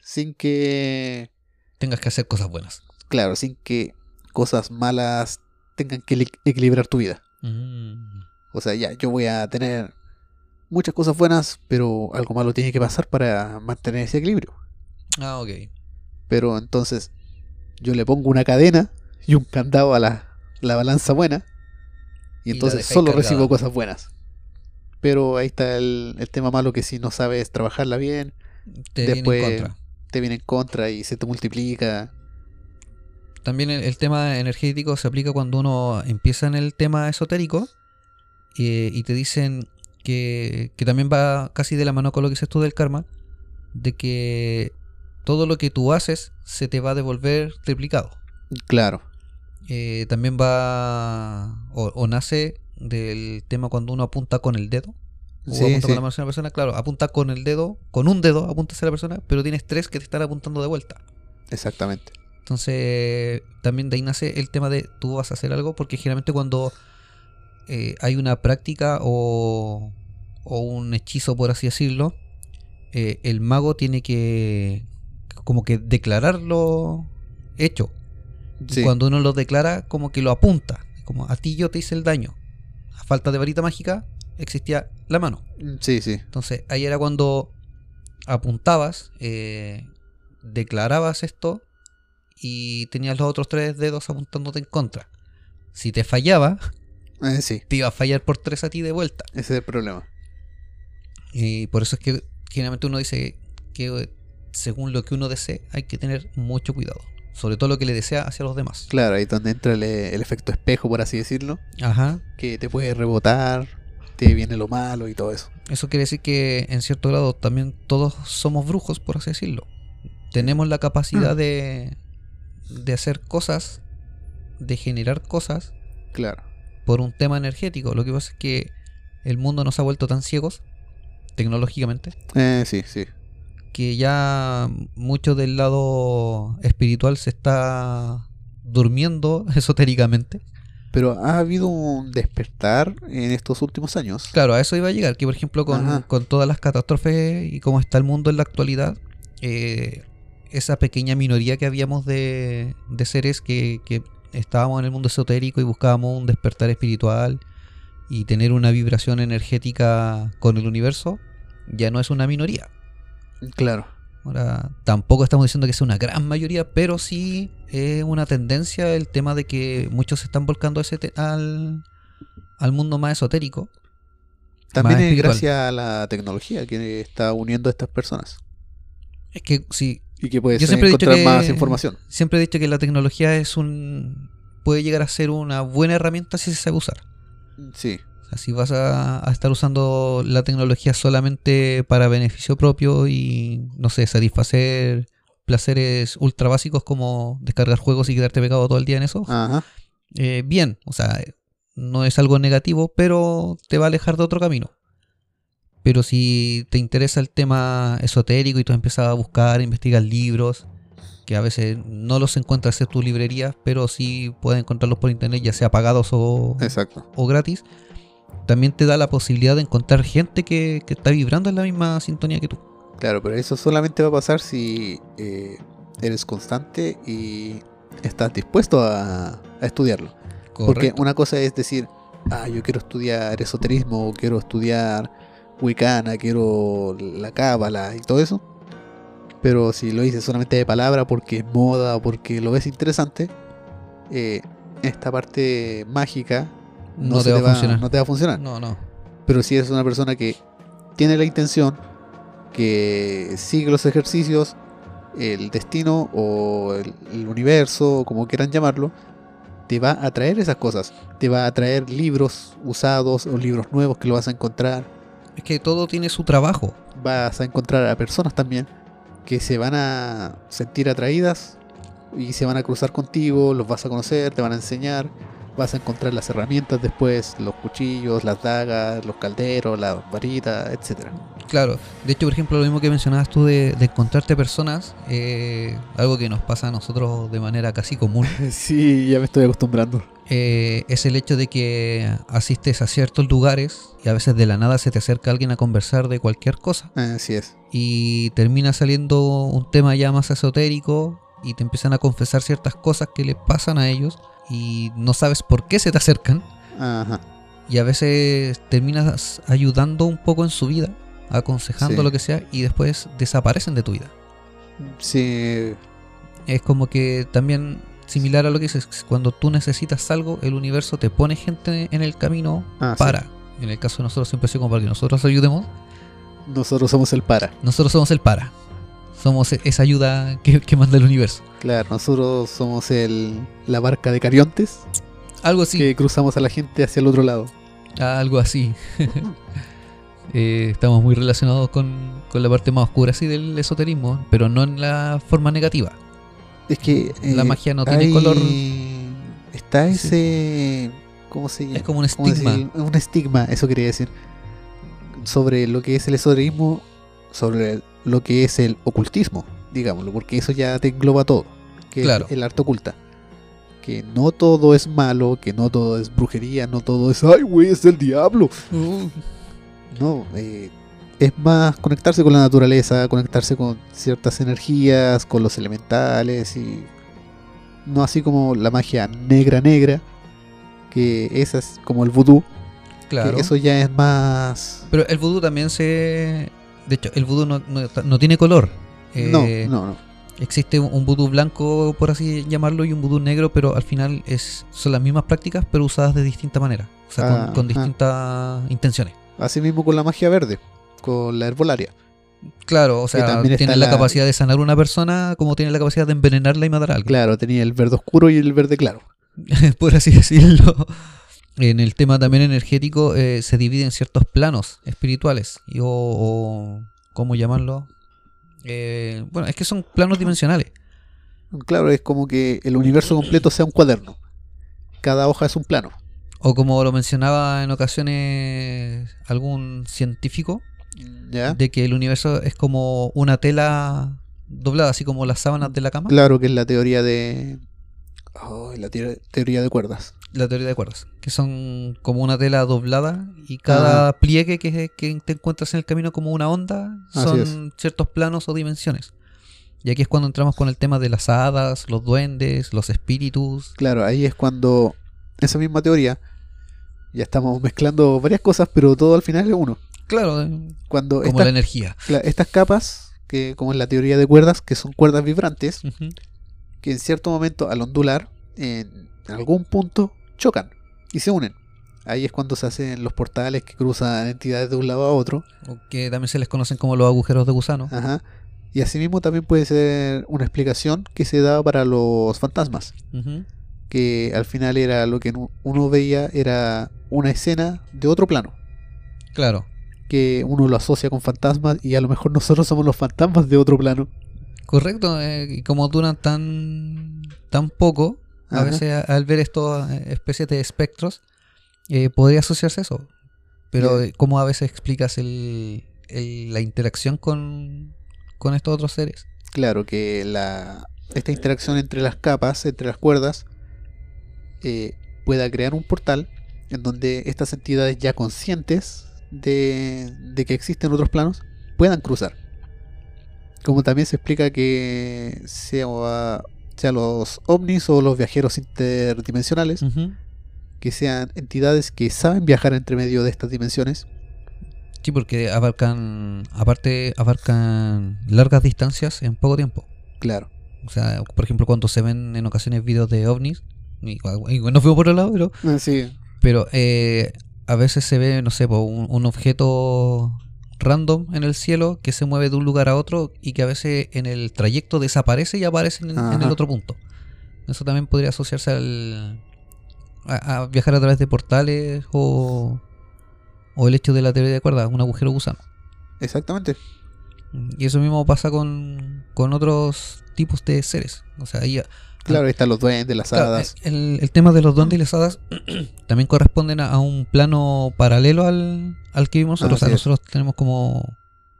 sin que,
Tengas que hacer cosas buenas.
claro, sin que cosas malas tengan que li- equilibrar tu vida.
Mm.
O sea, ya, yo voy a tener muchas cosas buenas, pero algo malo tiene que pasar para mantener ese equilibrio.
Ah, ok.
Pero entonces yo le pongo una cadena y un candado a la, la balanza buena Y
Y la
entonces
dejáis
solo
cargada.
recibo cosas buenas. Pero ahí está el, el tema malo que si no sabes trabajarla bien,
Te
Después-
viene en contra.
te viene en contra y se te multiplica.
También el, el tema energético se aplica cuando uno empieza en el tema esotérico eh, y te dicen que, que también va casi de la mano con lo que dices tú del karma, de que todo lo que tú haces se te va a devolver triplicado.
Claro.
Eh, también va o, o nace del tema cuando uno apunta con el dedo. O
Sí,
apunta
sí.
con la mano hacia una persona, claro, apunta con el dedo, con un dedo apuntas a la persona, pero tienes tres que te están apuntando de vuelta.
Exactamente.
Entonces, también de ahí nace el tema de tú vas a hacer algo, porque generalmente cuando eh, hay una práctica o, o un hechizo, por así decirlo, eh, el mago tiene que como que declararlo hecho. Y
Sí,
Cuando uno lo declara, como que lo apunta, como a ti yo te hice el daño. A falta de varita mágica, existía la mano.
sí, sí.
Entonces, ahí era cuando apuntabas, eh, declarabas esto y tenías los otros tres dedos apuntándote en contra. Si te fallaba,
Eh, sí,
te iba a fallar por tres a ti de vuelta.
ese es el problema.
Y por eso es que generalmente uno dice que eh, según lo que uno desee hay que tener mucho cuidado. Sobre todo lo que le desea hacia los demás.
Claro, ahí es donde entra el, el efecto espejo, por así decirlo,
Ajá.
que te puede rebotar, te viene lo malo y todo eso.
Eso quiere decir que en cierto grado también todos somos brujos, por así decirlo. Tenemos la capacidad de, de hacer cosas, de generar cosas
Claro.
por un tema energético. Lo que pasa es que el mundo nos ha vuelto tan ciegos, tecnológicamente,
Eh, sí, sí.
que ya mucho del lado espiritual se está durmiendo esotéricamente.
Pero ha habido un despertar en estos últimos años.
Claro, a eso iba a llegar, que por ejemplo con,
Ajá.
con todas las catástrofes y cómo está el mundo en la actualidad, eh, esa pequeña minoría que habíamos de, de seres que, que estábamos en el mundo esotérico y buscábamos un despertar espiritual y tener una vibración energética con el universo, ya no es una minoría.
Claro.
Ahora, tampoco estamos diciendo que sea una gran mayoría, pero sí es una tendencia el tema de que muchos se están volcando a ese te- al, al mundo más esotérico.
También es
espiritual.
gracias a la tecnología que está uniendo a estas personas.
Es que sí,
Y que puedes
Yo siempre he dicho
encontrar
que-
más información.
siempre he dicho que la tecnología es un puede llegar a ser una buena herramienta si se sabe usar.
Sí,
O sea, si vas a, a estar usando la tecnología solamente para beneficio propio y no sé, satisfacer placeres ultra básicos como descargar juegos y quedarte pegado todo el día en eso,
ajá.
eh, bien, o sea, no es algo negativo, pero te va a alejar de otro camino. Pero si te interesa el tema esotérico y tú empiezas a buscar, investigar libros, que a veces no los encuentras en tu librería, pero sí puedes encontrarlos por internet, ya sea pagados o,
Exacto.
o gratis, también te da la posibilidad de encontrar gente que, que está vibrando en la misma sintonía que tú.
Claro, pero eso solamente va a pasar si eh, eres constante y estás dispuesto a, a estudiarlo. Porque
Correcto.
una cosa es decir, ah, yo quiero estudiar esoterismo, quiero estudiar wicana, quiero la cábala y todo eso. Pero si lo dices solamente de palabra porque es moda o porque lo ves interesante, eh, esta parte mágica
no,
se
te va a funcionar.
no te va a funcionar.
No, no.
Pero si eres una persona que tiene la intención, que sigue los ejercicios, el destino o el, el universo, o como quieran llamarlo, te va a traer esas cosas. Te va a traer libros usados o libros nuevos que lo vas a encontrar.
Es que todo tiene su trabajo.
Vas a encontrar a personas también que se van a sentir atraídas y se van a cruzar contigo, los vas a conocer, te van a enseñar. Vas a encontrar las herramientas después, los cuchillos, las dagas, los calderos, las varitas, etcétera.
Claro, de hecho, por ejemplo, lo mismo que mencionabas tú de, de encontrarte personas, eh, algo que nos pasa a nosotros de manera casi común,
Sí, ya me estoy acostumbrando.
eh, es el hecho de que asistes a ciertos lugares y a veces de la nada se te acerca alguien a conversar de cualquier cosa
Así es.
y termina saliendo un tema ya más esotérico y te empiezan a confesar ciertas cosas que le pasan a ellos y no sabes por qué se te acercan
Ajá.
y a veces terminas ayudando un poco en su vida, aconsejando
Sí.
lo que sea y después desaparecen de tu vida.
Sí,
es como que también similar a lo que es, es cuando tú necesitas algo, el universo te pone gente en el camino
Ah, sí.
para. En el caso de nosotros siempre ha sido como para que nosotros ayudemos.
Nosotros somos el para.
Nosotros somos el para. Somos e- esa ayuda que, que manda el universo.
Claro, nosotros somos el, la barca de Cariontes
Algo así.
que cruzamos a la gente hacia el otro lado.
Algo así. Eh, estamos muy relacionados con, con la parte más oscura así del esoterismo, pero no en la forma negativa.
Es que
La
eh,
magia no tiene
hay-
color.
Está
Sí.
ese. ¿Cómo se llama?
Es como un
¿Cómo
estigma.
decir? Un estigma, eso quería decir. Sobre lo que es el esoterismo, sobre lo que es el ocultismo, digámoslo, porque eso ya te engloba todo. Que es
Claro.
el arte oculta. Que no todo es malo, que no todo es brujería, no todo es. ¡Ay, güey, es el diablo!
Uh,
No, eh, es más conectarse con la naturaleza, conectarse con ciertas energías, con los elementales y no así como la magia negra negra, que esa es como el vudú,
claro.
que eso ya es más...
Pero el vudú también se... De hecho, el vudú no, no- no tiene color. Eh,
no, no, no.
Existe un- un vudú blanco, por así llamarlo, y un vudú negro, pero al final es, son las mismas prácticas, pero usadas de distinta manera. O sea, con-
Ah,
con
ah.
distintas intenciones.
Así mismo con la magia verde, con la herbolaria.
Claro, o sea,
también está
tiene la,
la-
capacidad de sanar a una persona como tiene la capacidad de envenenarla y matar a alguien,
Claro, tenía el verde oscuro y el verde claro.
por así decirlo. En el tema también energético eh, se divide en ciertos planos espirituales y o, o- ¿cómo llamarlo? Eh, bueno, es que son planos dimensionales.
Claro, es como que el universo completo sea un cuaderno. Cada hoja es un plano.
O como lo mencionaba en ocasiones algún científico,
¿Ya?
de que el universo es como una tela doblada, así como las sábanas de la cama,
Claro que es la teoría de... Oh, la teor- teoría de cuerdas.
la teoría de cuerdas, que son como una tela doblada y cada
Ah.
pliegue que, que te encuentras en el camino como una onda
Así
son ciertos planos o dimensiones. Y aquí es cuando entramos con el tema de las hadas, los duendes, los espíritus.
Claro, ahí es cuando esa misma teoría, ya estamos mezclando varias cosas, pero todo al final es uno.
Claro, eh, como
Cuando
la
estas,
energía.
cla- estas capas, que como es la teoría de cuerdas, que son cuerdas vibrantes,
Ujú.
que en cierto momento al ondular, en algún punto, chocan y se unen. Ahí es cuando se hacen los portales que cruzan entidades de un lado a otro.
O que también se les conocen como los agujeros de gusano.
Ajá. Y asimismo también puede ser una explicación que se da para los fantasmas.
Ujú.
que al final era lo que nu- uno veía era una escena de otro plano
Claro,
que uno lo asocia con fantasmas y a lo mejor nosotros somos los fantasmas de otro plano
correcto. eh, y como duran tan, tan poco, a
Ajá.
veces a- al ver estas especies de espectros, eh, podría asociarse eso. Pero
Ya.
eh, ¿cómo a veces explicas el, el- la interacción con, con estos otros seres?
claro que la esta interacción entre las capas entre las cuerdas eh, pueda crear un portal en donde estas entidades ya conscientes de, de que existen otros planos puedan cruzar como también se explica que sea, sea los ovnis o los viajeros interdimensionales que sean entidades que saben viajar entre medio de estas dimensiones.
Sí, porque abarcan, aparte, abarcan largas distancias en poco tiempo.
Claro.
O sea, por ejemplo, cuando se ven en ocasiones videos de ovnis, y, y nos fuimos por el lado, pero
Sí.
Pero eh, a veces se ve, no sé, po, un, un objeto random en el cielo que se mueve de un lugar a otro y que a veces en el trayecto desaparece y aparece en, en el
Ajá.
otro punto. Eso también podría asociarse al, a, a viajar a través de portales o, o el hecho de la teoría de cuerdas, un agujero gusano.
Exactamente.
Y eso mismo pasa con, con otros tipos de seres. O sea, ahí
Claro, ahí están los duendes, las
Claro, eh,
hadas.
el, el tema de los duendes y las hadas también corresponden a, a un plano paralelo al, al que vimos nosotros. O sea,
Así es.
nosotros tenemos como.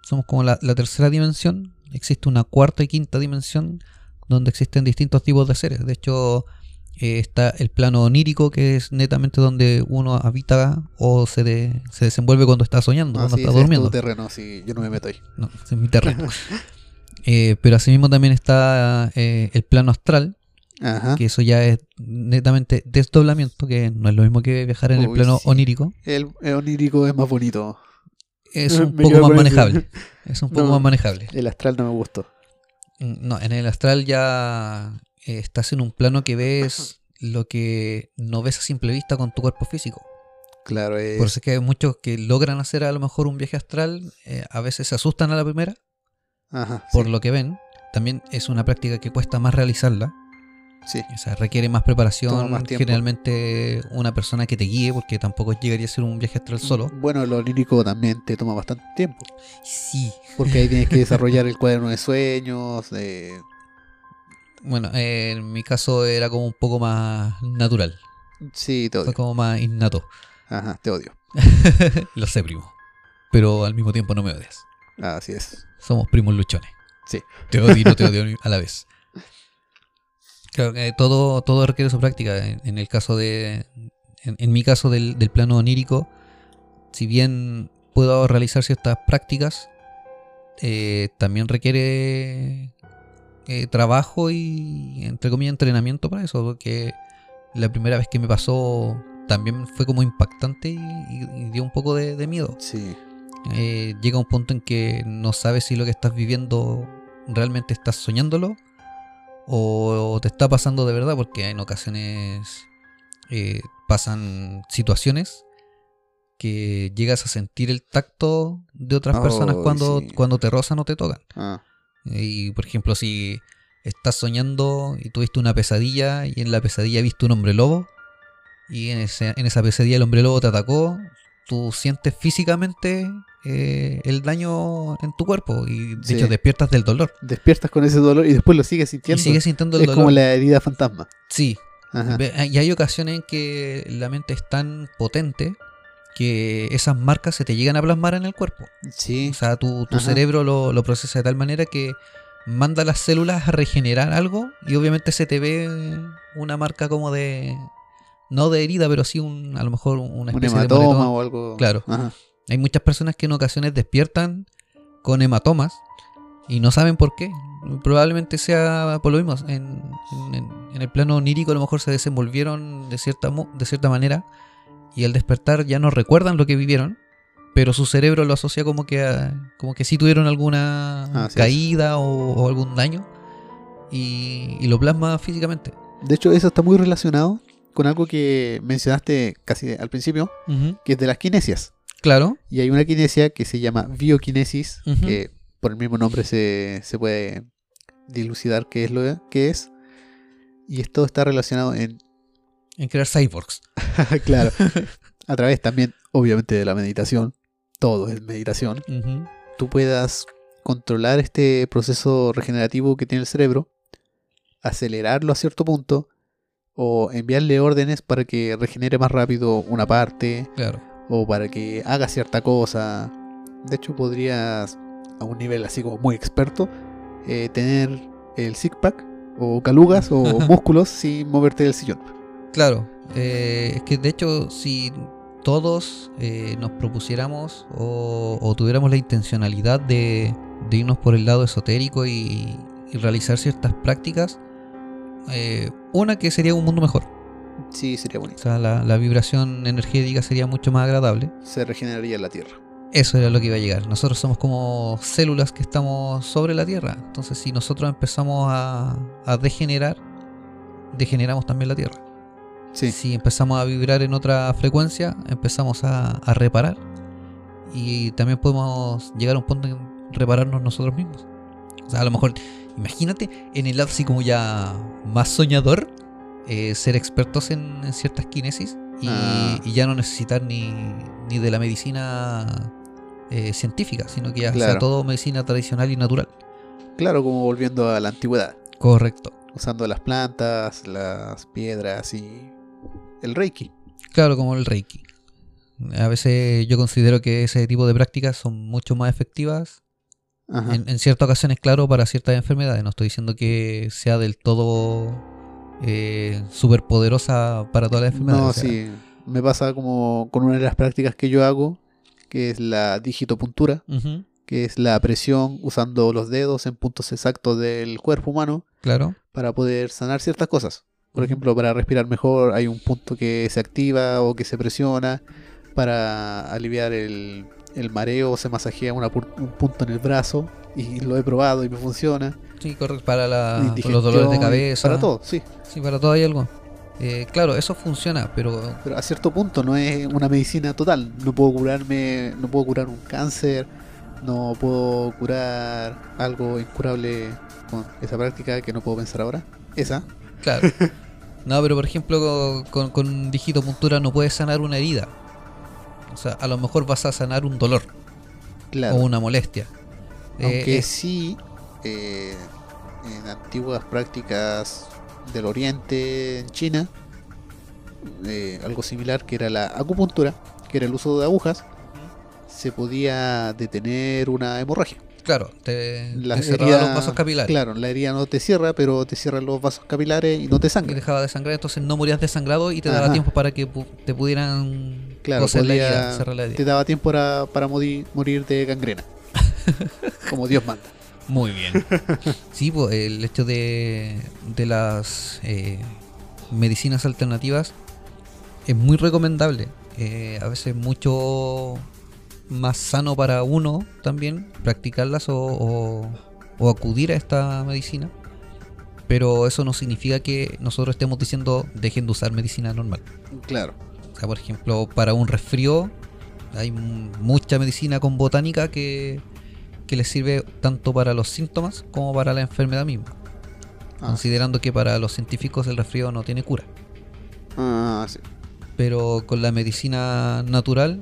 Somos como la, la tercera dimensión. Existe una cuarta y quinta dimensión donde existen distintos tipos de seres. De hecho, eh, está el plano onírico, que es netamente donde uno habita o se, de- se desenvuelve cuando está soñando,
Ah,
cuando
sí,
está
ese es
durmiendo.
tu terreno, sí, yo no me meto ahí.
No, ese es mi terreno. Eh, pero asimismo también está eh, el plano astral,
Ajá.
que eso ya es netamente desdoblamiento, que no es lo mismo que viajar en el
Uy,
plano
sí.
onírico.
El, el onírico es más bonito.
Es un
Me
poco
quedo
más
con eso.
manejable. Es un poco
No.
más manejable.
El astral no me gustó.
Mm, No, en el astral ya eh, estás en un plano que ves lo que no ves a simple vista con tu cuerpo físico.
Claro, es,
Por eso es que hay muchos que logran hacer a lo mejor un viaje astral, eh, a veces se asustan a la primera
ajá,
por
sí,
lo que ven. También es una práctica que cuesta más realizarla,
sí,
o sea, requiere más preparación,
Toma más tiempo.
generalmente una persona que te guíe, porque tampoco llegaría a ser un viaje
Mm.
astral solo.
Bueno, lo lírico también te toma bastante tiempo.
Sí.
Porque ahí tienes que desarrollar el cuaderno de sueños. eh,
Bueno, eh, en mi caso era como un poco más natural,
sí, te
fue
odio.
como más innato.
Ajá, te odio.
Lo sé, primo. Pero al mismo tiempo no me odias.
Así es.
Somos primos luchones.
Sí.
Te odio y no te odio a la vez. Claro, eh, todo, todo requiere su práctica. En, en el caso de. En, en mi caso del, del plano onírico, si bien puedo realizar ciertas prácticas, eh, también requiere eh, trabajo y, entre comillas, entrenamiento para eso. Porque la primera vez que me pasó también fue como impactante y, y- y dio un poco de- de miedo
Sí,
eh, llega un punto en que no sabes si lo que estás viviendo realmente estás soñándolo o te está pasando de verdad, porque en ocasiones eh, pasan situaciones que llegas a sentir el tacto de otras
Oh,
personas cuando,
sí.
cuando te rozan o te tocan.
ah,
Y por ejemplo, si estás soñando y tuviste una pesadilla y en la pesadilla viste un hombre lobo y en, ese- en esa pesadilla el hombre lobo te atacó, tú sientes físicamente eh, el daño en tu cuerpo y de
Sí.
hecho despiertas del dolor.
Despiertas con ese dolor y después lo sigues
Y
sintiendo.
sigues sintiendo el
es
dolor.
como la herida fantasma.
Sí,
Ajá.
Ve- y hay ocasiones en que la mente es tan potente que esas marcas se te llegan a plasmar en el cuerpo.
Sí,
O sea, tu, tu
Ajá.
cerebro lo, lo procesa de tal manera que manda a las células a regenerar algo y obviamente se te ve una marca como de... No de herida, pero sí un, a lo mejor una
un
especie de
hematoma
moretón.
o algo.
Claro.
Ajá.
Hay muchas personas que en ocasiones despiertan con hematomas y no saben por qué. Probablemente sea por lo mismo. En, en- en el plano onírico a lo mejor se desenvolvieron de cierta, mo- de cierta manera y al despertar ya no recuerdan lo que vivieron, pero su cerebro lo asocia como que, a- como que sí tuvieron alguna
Ah, Así es.
caída o, o algún daño y, y lo plasma físicamente.
De hecho, eso está muy relacionado con algo que mencionaste casi al principio, que es de las kinesias.
Claro.
Y hay una kinesia que se llama bioquinesis,
Ujú.
que por el mismo nombre se, se puede dilucidar qué es lo que es. Y esto está relacionado en,
En crear cyborgs.
claro, a través también, obviamente, de la meditación. Todo es meditación.
Ujú.
Tú puedas controlar este proceso regenerativo que tiene el cerebro, acelerarlo a cierto punto, o enviarle órdenes para que regenere más rápido una parte,
Claro.
o para que haga cierta cosa. De hecho, podrías, a un nivel así como muy experto, eh, tener el six pack o calugas o
Ajá.
músculos sin moverte del sillón.
Claro, eh, es que de hecho si todos eh, nos propusiéramos o, o tuviéramos la intencionalidad de, de irnos por el lado esotérico y, y realizar ciertas prácticas, eh, una que sería un mundo mejor,
Sí,
o
sería bonito.
sea, la, la vibración energética sería mucho más agradable.
Se regeneraría la tierra.
Eso era lo que iba a llegar. Nosotros somos como células que estamos sobre la Tierra, entonces si nosotros empezamos a, a degenerar, degeneramos también la Tierra.
Sí,
Si empezamos a vibrar en otra frecuencia, empezamos a, a reparar. Y también podemos llegar a un punto en repararnos nosotros mismos. O sea, a lo mejor, imagínate, en el lado así como ya más soñador, eh, ser expertos en, en ciertas kinesis y,
Ah.
y ya no necesitar ni, ni de la medicina eh, científica, sino que ya sea
Claro.
todo medicina tradicional y natural.
claro, como volviendo a la antigüedad,
Correcto.
usando las plantas, las piedras y el reiki.
Claro, como el Reiki. A veces yo considero que ese tipo de prácticas son mucho más efectivas.
Ajá.
En, en ciertas ocasiones, claro, para ciertas enfermedades. No estoy diciendo que sea del todo eh, superpoderosa para todas las enfermedades.
No,
o sea,
sí, me pasa como con una de las prácticas que yo hago, que es la digitopuntura.
ujú,
que es la presión usando los dedos en puntos exactos del cuerpo humano
claro.
para poder sanar ciertas cosas. Por ejemplo, para respirar mejor hay un punto que se activa o que se presiona. Para aliviar el, el mareo se masajea una pu- un punto en el brazo y lo he probado y me funciona.
Sí, correcto, para la-
Indigestión,
Ah, los dolores de cabeza.
Para todo, sí.
Sí, para todo hay algo. Eh, claro, eso funciona, pero
Pero a cierto punto no es una medicina total. No puedo curarme, no puedo curar un cáncer, no puedo curar algo incurable con esa práctica que no puedo pensar ahora. Esa.
claro. No, pero por ejemplo, con, con digitopuntura no puedes sanar una herida. O sea, a lo mejor vas a sanar un dolor
Claro.
o una molestia. Eh,
Aunque
es-
sí, eh, en antiguas prácticas del Oriente, en China, eh, algo similar que era la acupuntura, que era el uso de agujas, se podía detener una hemorragia.
claro, te,
La
te cerraba
herida-
los vasos capilares
Claro, la herida no te cierra, pero te cierran los vasos capilares y no te
y
sangra.
dejaba de sangrar, entonces no morías desangrado y te
Ajá.
daba tiempo para que pu- te pudieran
Claro,
coser la
podía-
herida, cerrar la herida.
te daba tiempo para, para morir, morir de gangrena. Como Dios manda.
Muy bien. sí, po, el hecho de, de las eh, medicinas alternativas es muy recomendable. Eh, a veces mucho más sano para uno también practicarlas o, o- o acudir a esta medicina. Pero eso no significa que nosotros estemos diciendo dejen de usar medicina normal.
Claro,
O sea, por ejemplo, para un resfrío hay m- mucha medicina con botánica que, que les sirve tanto para los síntomas como para la enfermedad misma.
Ah.
Considerando que para los científicos el resfrío no tiene cura.
Ah, sí.
Pero con la medicina natural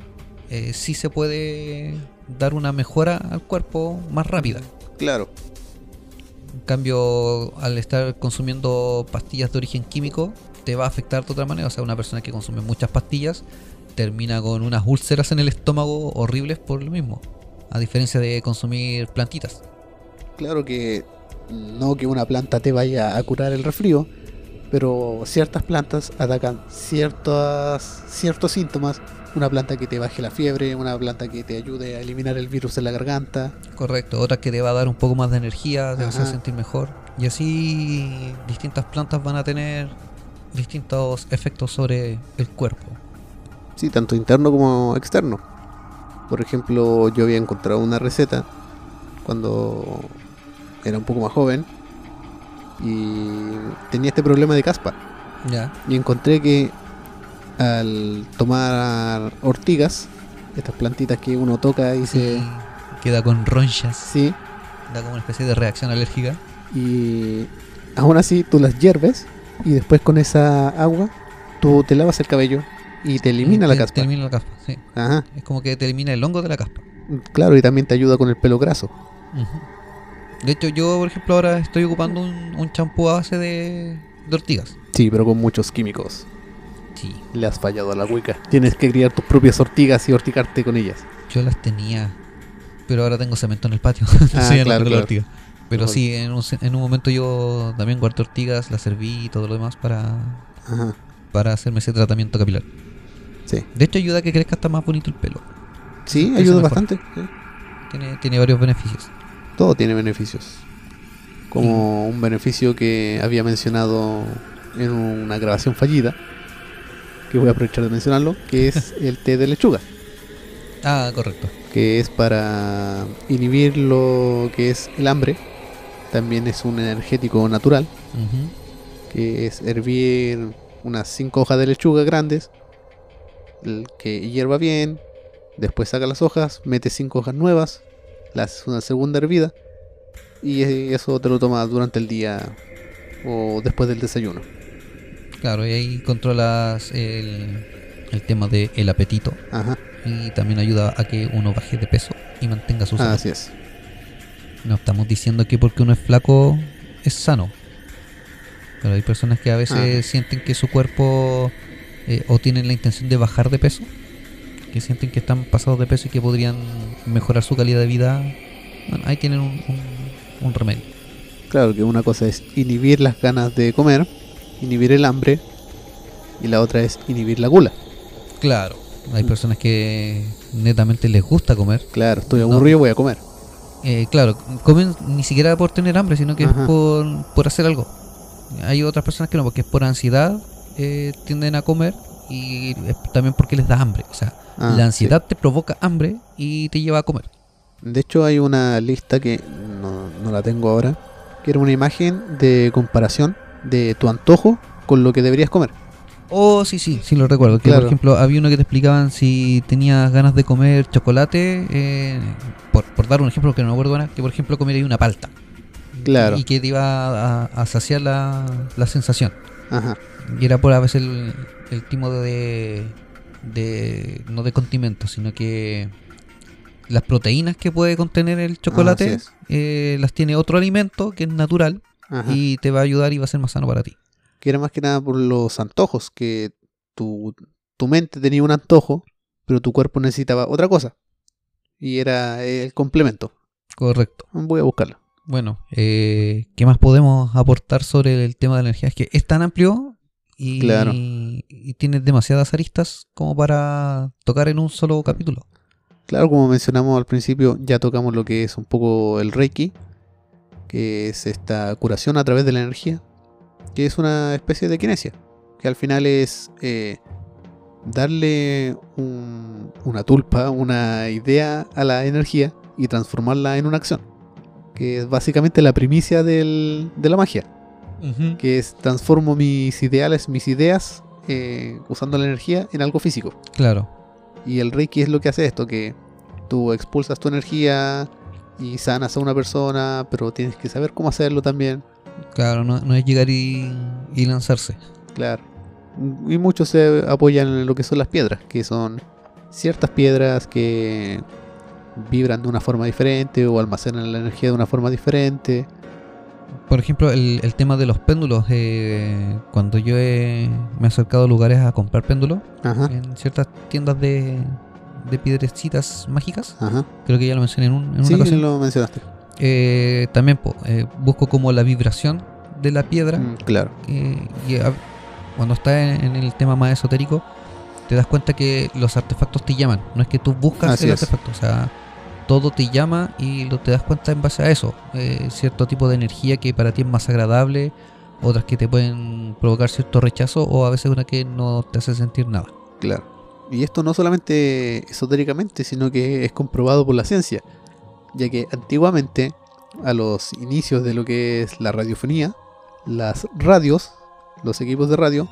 eh, sí se puede dar una mejora al cuerpo más rápida.
claro.
En cambio, al estar consumiendo pastillas de origen químico, te va a afectar de otra manera. O sea, una persona que consume muchas pastillas termina con unas úlceras en el estómago horribles por lo mismo. A diferencia de consumir plantitas.
Claro que no que una planta te vaya a curar el resfrío, pero ciertas plantas atacan ciertas, ciertos síntomas. Una planta que te baje la fiebre, una planta que te ayude a eliminar el virus en la garganta.
Correcto. Otra que te va a dar un poco más de energía, te vas a
Ajá.
sentir mejor. Y así distintas plantas van a tener distintos efectos sobre el cuerpo.
Sí, tanto interno como externo. Por ejemplo, yo había encontrado una receta cuando era un poco más joven y tenía este problema de caspa.
Ya.
y encontré que al tomar ortigas, estas plantitas que uno toca y se...
Queda con ronchas.
Sí,
Da como una especie de reacción alérgica.
y aún así tú las hierves y después con esa agua tú te lavas el cabello y te elimina la
Te- Te
caspa.
elimina la caspa, sí.
Ajá,
Es como que te elimina el hongo de la caspa.
claro, y también te ayuda con el pelo graso.
De hecho, yo, por ejemplo, ahora estoy ocupando un un champú a base de, de ortigas.
Sí, pero con muchos químicos.
Sí,
Le has fallado a la Wicca. Tienes que criar tus propias ortigas y orticarte con ellas.
yo las tenía, pero ahora tengo cemento en el patio. Entonces
Ah,
ya no tengo la
claro, claro.
ortiga. Pero
Mejor.
sí, en un, se- en un momento yo también guardé ortigas, las serví y todo lo demás para,
Ajá,
para hacerme ese tratamiento capilar.
sí.
De hecho, ayuda a que crezca hasta más bonito el pelo.
Sí,
Eso
ayuda
mejor.
bastante. sí.
Tiene, tiene varios beneficios.
todo tiene beneficios. Como un beneficio que había mencionado en una grabación fallida, que voy a aprovechar de mencionarlo, que es el té de lechuga,
Ah, correcto.
que es para inhibir lo que es el hambre. También es un energético natural,
Ujú.
que es hervir unas 5 hojas de lechuga grandes, el que hierva bien, después saca las hojas, mete 5 hojas nuevas, las haces una segunda hervida y eh, eso te lo tomas durante el día o después del desayuno.
Claro, y ahí controlas el, el tema del apetito.
Ajá,
y también ayuda a que uno baje de peso y mantenga su salud.
así es.
No estamos diciendo que porque uno es flaco es sano. Pero hay personas que a veces sienten que su cuerpo eh, o tienen la intención de bajar de peso, que sienten que están pasados de peso y que podrían mejorar su calidad de vida. Bueno, ahí tienen un, un- un remedio.
Claro que una cosa es inhibir las ganas de comer, inhibir el hambre y la otra es inhibir la gula.
Claro. Hay personas que netamente les gusta comer.
Claro, estoy
No.
aburrido, voy a comer.
Eh, claro, comen ni siquiera por tener hambre, sino que
Ajá.
es por, por hacer algo. Hay otras personas que no, porque es por ansiedad eh, tienden a comer y es también porque les da hambre. O sea,
Ah,
la
sí.
ansiedad te provoca hambre y te lleva a comer.
De hecho hay una lista que no, no la tengo ahora, que era una imagen de comparación de tu antojo con lo que deberías comer.
Oh, sí, sí, sí lo recuerdo. Que
Claro.
por ejemplo había uno que te explicaban si tenías ganas de comer chocolate, eh, por, por dar un ejemplo que no me acuerdo ahora, que por ejemplo comieras una palta
Claro.
y que te iba a, a saciar la, la sensación.
Ajá.
Y era por a veces el, el timo de, de- no de condimentos, sino que las proteínas que puede contener el
Ah, así
chocolate
es.
eh, las tiene otro alimento que es natural
Ajá.
y te va a ayudar y va a ser más sano para ti.
que era más que nada por los antojos, que tu, tu mente tenía un antojo, pero tu cuerpo necesitaba otra cosa. Y era el complemento.
Correcto.
Voy a buscarlo.
Bueno, eh, ¿qué más podemos aportar sobre el tema de la energía? Es que es tan amplio y,
Claro.
y tiene demasiadas aristas como para tocar en un solo capítulo.
Claro, como mencionamos al principio, ya tocamos lo que es un poco el Reiki, que es esta curación a través de la energía, que es una especie de kinesia, que al final es eh, darle un- una tulpa, una idea a la energía y transformarla en una acción, que es básicamente la primicia del- de la magia que es transformo mis ideales, mis ideas, eh, usando la energía en algo físico.
Claro.
Y el Reiki es lo que hace esto, que tú expulsas tu energía y sanas a una persona, pero tienes que saber cómo hacerlo también,
Claro, no, no es llegar y, y lanzarse.
claro. Y muchos se apoyan en lo que son las piedras, que son ciertas piedras que vibran de una forma diferente o almacenan la energía de una forma diferente.
Por ejemplo, el, el tema de los péndulos. eh, cuando yo he- me he acercado a lugares a comprar péndulos,
Ajá,
en ciertas tiendas de, de piedrecitas mágicas,
ajá.
creo que ya lo mencioné en, un, en
Sí,
una ocasión,
lo mencionaste.
eh, también po, eh, busco como la vibración de la piedra.
Mm, claro.
que- y a- cuando estás en, en el tema más esotérico, te das cuenta que los artefactos te llaman. No es que tú buscas
Así
el
es.
artefacto, o sea, todo te llama y lo te das cuenta en base a eso. Eh, cierto tipo de energía que para ti es más agradable, otras que te pueden provocar cierto rechazo o a veces una que no te hace sentir nada.
Claro. Y esto no solamente esotéricamente, sino que es comprobado por la ciencia, ya que antiguamente, a los inicios de lo que es la radiofonía, las radios, los equipos de radio,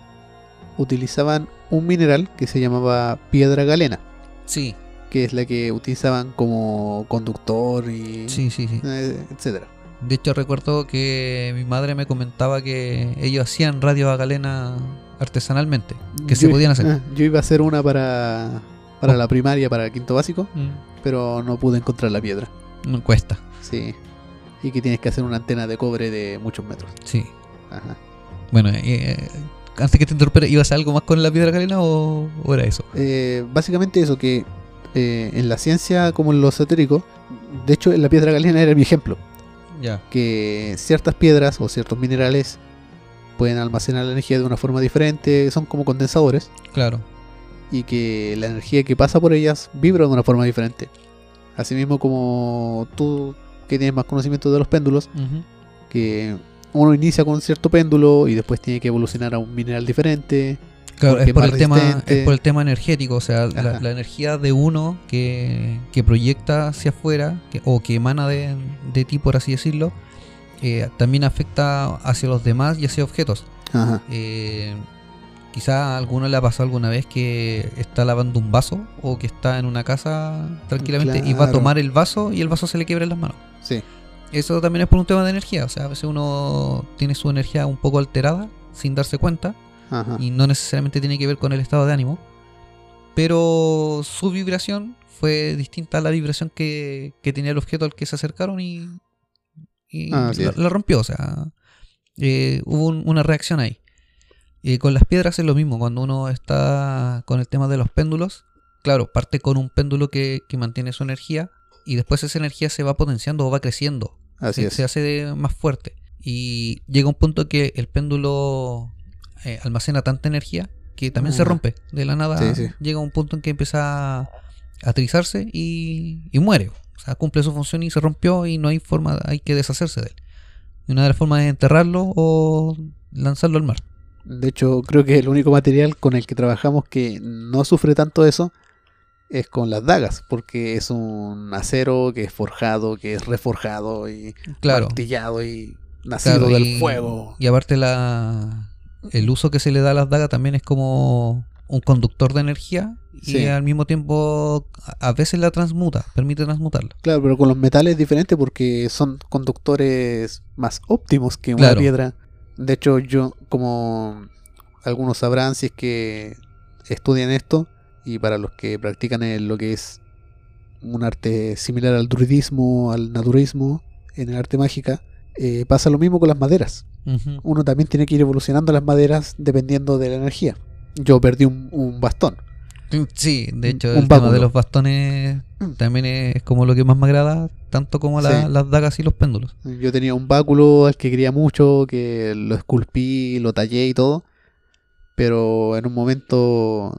utilizaban un mineral que se llamaba piedra galena,
Sí,
que es la que utilizaban como conductor y
sí, sí, sí.
eh, etcétera.
De hecho recuerdo que mi madre me comentaba que ellos hacían radio a galena artesanalmente, que se
Yo-
podían hacer.
eh, Yo iba a hacer una para, para la primaria, para quinto básico,
Mm,
pero no pude encontrar la piedra.
no cuesta,
Sí. Y que tienes que hacer una antena de cobre de muchos metros.
sí.
Ajá.
Bueno, eh, antes que te interrumpiera, ¿ibas a algo más con la piedra galena o, o era eso?
Eh, básicamente eso que eh, en la ciencia como en lo esotérico, de hecho en la piedra galena era mi ejemplo,
Ya.
que ciertas piedras o ciertos minerales pueden almacenar la energía de una forma diferente, son como condensadores,
Claro.
y que la energía que pasa por ellas vibra de una forma diferente. Asimismo como tú que tienes más conocimiento de los péndulos, que uno inicia con cierto péndulo y después tiene que evolucionar a un mineral diferente,
Claro,
Porque
es por,
más
el tema,
resistente.
es por el tema energético, o sea, la,
Ajá.
la energía de uno que, que proyecta hacia afuera que- o que emana de, de ti, por así decirlo, eh, también afecta hacia los demás y hacia objetos.
Ajá,
Eh, quizá a alguno le ha pasado alguna vez que está lavando un vaso o que está en una casa tranquilamente y va a
Claro.
tomar el vaso y el vaso se le quiebra en las manos.
sí,
Eso también es por un tema de energía, o sea, a veces uno tiene su energía un poco alterada sin darse cuenta
ajá.
y no necesariamente tiene que ver con el estado de ánimo, pero su vibración fue distinta a la vibración que, que tenía el objeto al que se acercaron y, y
Ah, así
la,
es.
la rompió, o sea, eh, hubo un- una reacción ahí. Eh, con las piedras es lo mismo, cuando uno está con el tema de los péndulos, claro, parte con un péndulo que, que mantiene su energía y después esa energía se va potenciando o va creciendo
Así
se,
es.
se hace de- más fuerte. Y llega un punto que el péndulo eh, almacena tanta energía que también se
Ajá.
rompe. De la nada
Uh. Sí, sí.
llega un punto en que empieza a trizarse y, y muere. O sea, cumple su función y se rompió y no hay forma, hay que deshacerse de él. Y una de las formas es enterrarlo o lanzarlo al mar.
De hecho, creo que el único material con el que trabajamos que no sufre tanto eso es con las dagas, porque es un acero que es forjado, que es reforjado y
Claro.
martillado y Nacido
Claro,
del
y-
fuego.
Y aparte la, el uso que se le da a las dagas también es como un conductor de energía y
Sí.
al mismo tiempo a a veces la transmuta, permite transmutarla.
Claro, pero con los metales es diferente porque son conductores más óptimos que una
Claro.
piedra. De hecho, yo, como algunos sabrán, si es que estudian esto, y para los que practican el- lo que es un arte similar al druidismo, al naturismo, en el arte mágica, eh, pasa lo mismo con las maderas.
Ujú.
Uno también tiene que ir evolucionando las maderas dependiendo de la energía. Yo perdí un, un bastón.
Sí, de hecho
Un
el tema
báculo.
de los bastones también es como lo que más me agrada, tanto como la-
Sí.
las dagas y los péndulos.
Yo tenía un báculo al que quería mucho, que lo esculpí, lo tallé y todo. Pero en un momento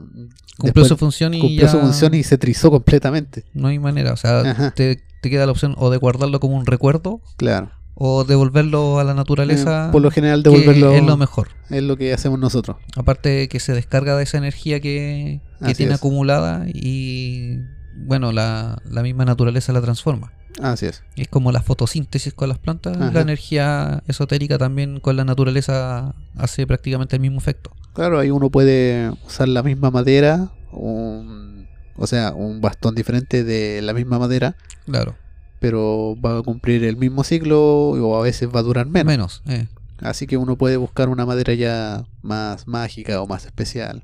Cumplió
después
su función y
cumplió su
ya
función y se trizó completamente.
no hay manera, o sea,
Ajá.
te, te queda la opción o de guardarlo como un recuerdo
Claro.
o devolverlo a la naturaleza,
Eh, por lo general
que
devolverlo
es lo mejor.
que hacemos nosotros.
Aparte que se descarga de esa energía que, que
Así
tiene
es.
acumulada y bueno, la, la misma naturaleza la transforma.
Así es.
Es como la fotosíntesis con las plantas,
Ajá.
la energía esotérica también con la naturaleza hace prácticamente el mismo efecto.
Claro, ahí uno puede usar la misma madera, un- o sea, un bastón diferente de la misma madera,
Claro,
pero va a cumplir el mismo ciclo o a veces va a durar menos.
menos. eh.
Así que uno puede buscar una madera ya más mágica o más especial.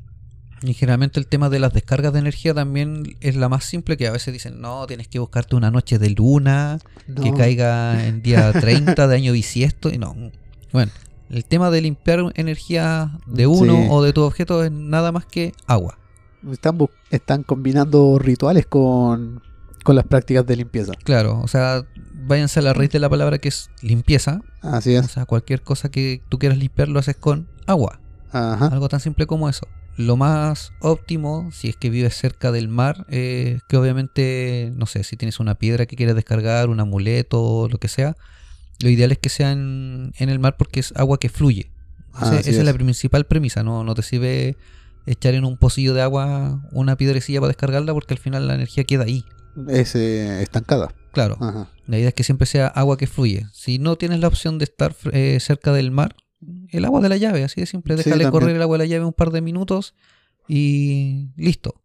Y generalmente el tema de las descargas de energía también es la más simple que a veces dicen, no, tienes que buscarte una noche de luna que
No.
caiga en día 30 de año bisiesto y no. Bueno, el tema de limpiar energía de uno
Sí.
o de tu objeto es nada más que agua.
Están, bu- están combinando rituales con, con las prácticas de limpieza.
Claro, o sea, váyanse a la raíz de la palabra que es limpieza.
Así
O
es.
sea, cualquier cosa que tú quieras limpiar lo haces con agua.
Ajá.
Algo tan simple como eso. Lo más óptimo, si es que vives cerca del mar, eh, que obviamente, no sé, si tienes una piedra que quieres descargar, un amuleto, lo que sea, lo ideal es que sea en, en el mar porque es agua que fluye. Ese-
Ah, Así
esa es la
es.
principal premisa, no, no te sirve echar en un pocillo de agua una piedrecilla para descargarla porque al final la energía queda ahí.
Es eh, estancada.
Claro.
Ajá.
La idea es que siempre sea agua que fluye. Si no tienes la opción de estar fr- eh, cerca del mar, el agua de la llave, así de simple.
Sí,
Déjale
también.
correr el agua de la llave un par de minutos y listo.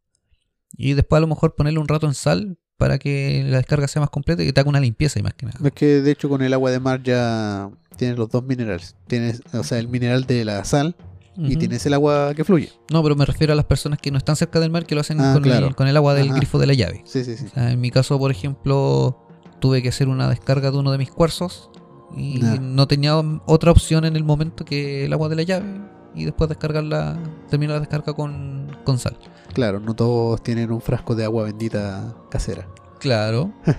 Y después a lo mejor ponerle un rato en sal para que la descarga sea más completa y que te haga una limpieza y más que nada.
Es que de hecho con el agua de mar ya tienes los dos minerales. Tienes, o sea, el mineral de la sal y
Ujú.
tienes el agua que fluye.
No, pero me refiero a las personas que no están cerca del mar que lo hacen
Ah,
con, el,
claro.
con el agua del
Ajá.
grifo de la llave.
Sí, sí, sí.
O sea, en mi caso, por ejemplo, tuve que hacer una descarga de uno de mis cuarzos y
Ya.
no tenía otra opción en el momento que el agua de la llave y después descargarla, terminar la descarga con, con sal.
Claro, no todos tienen un frasco de agua bendita casera.
Claro.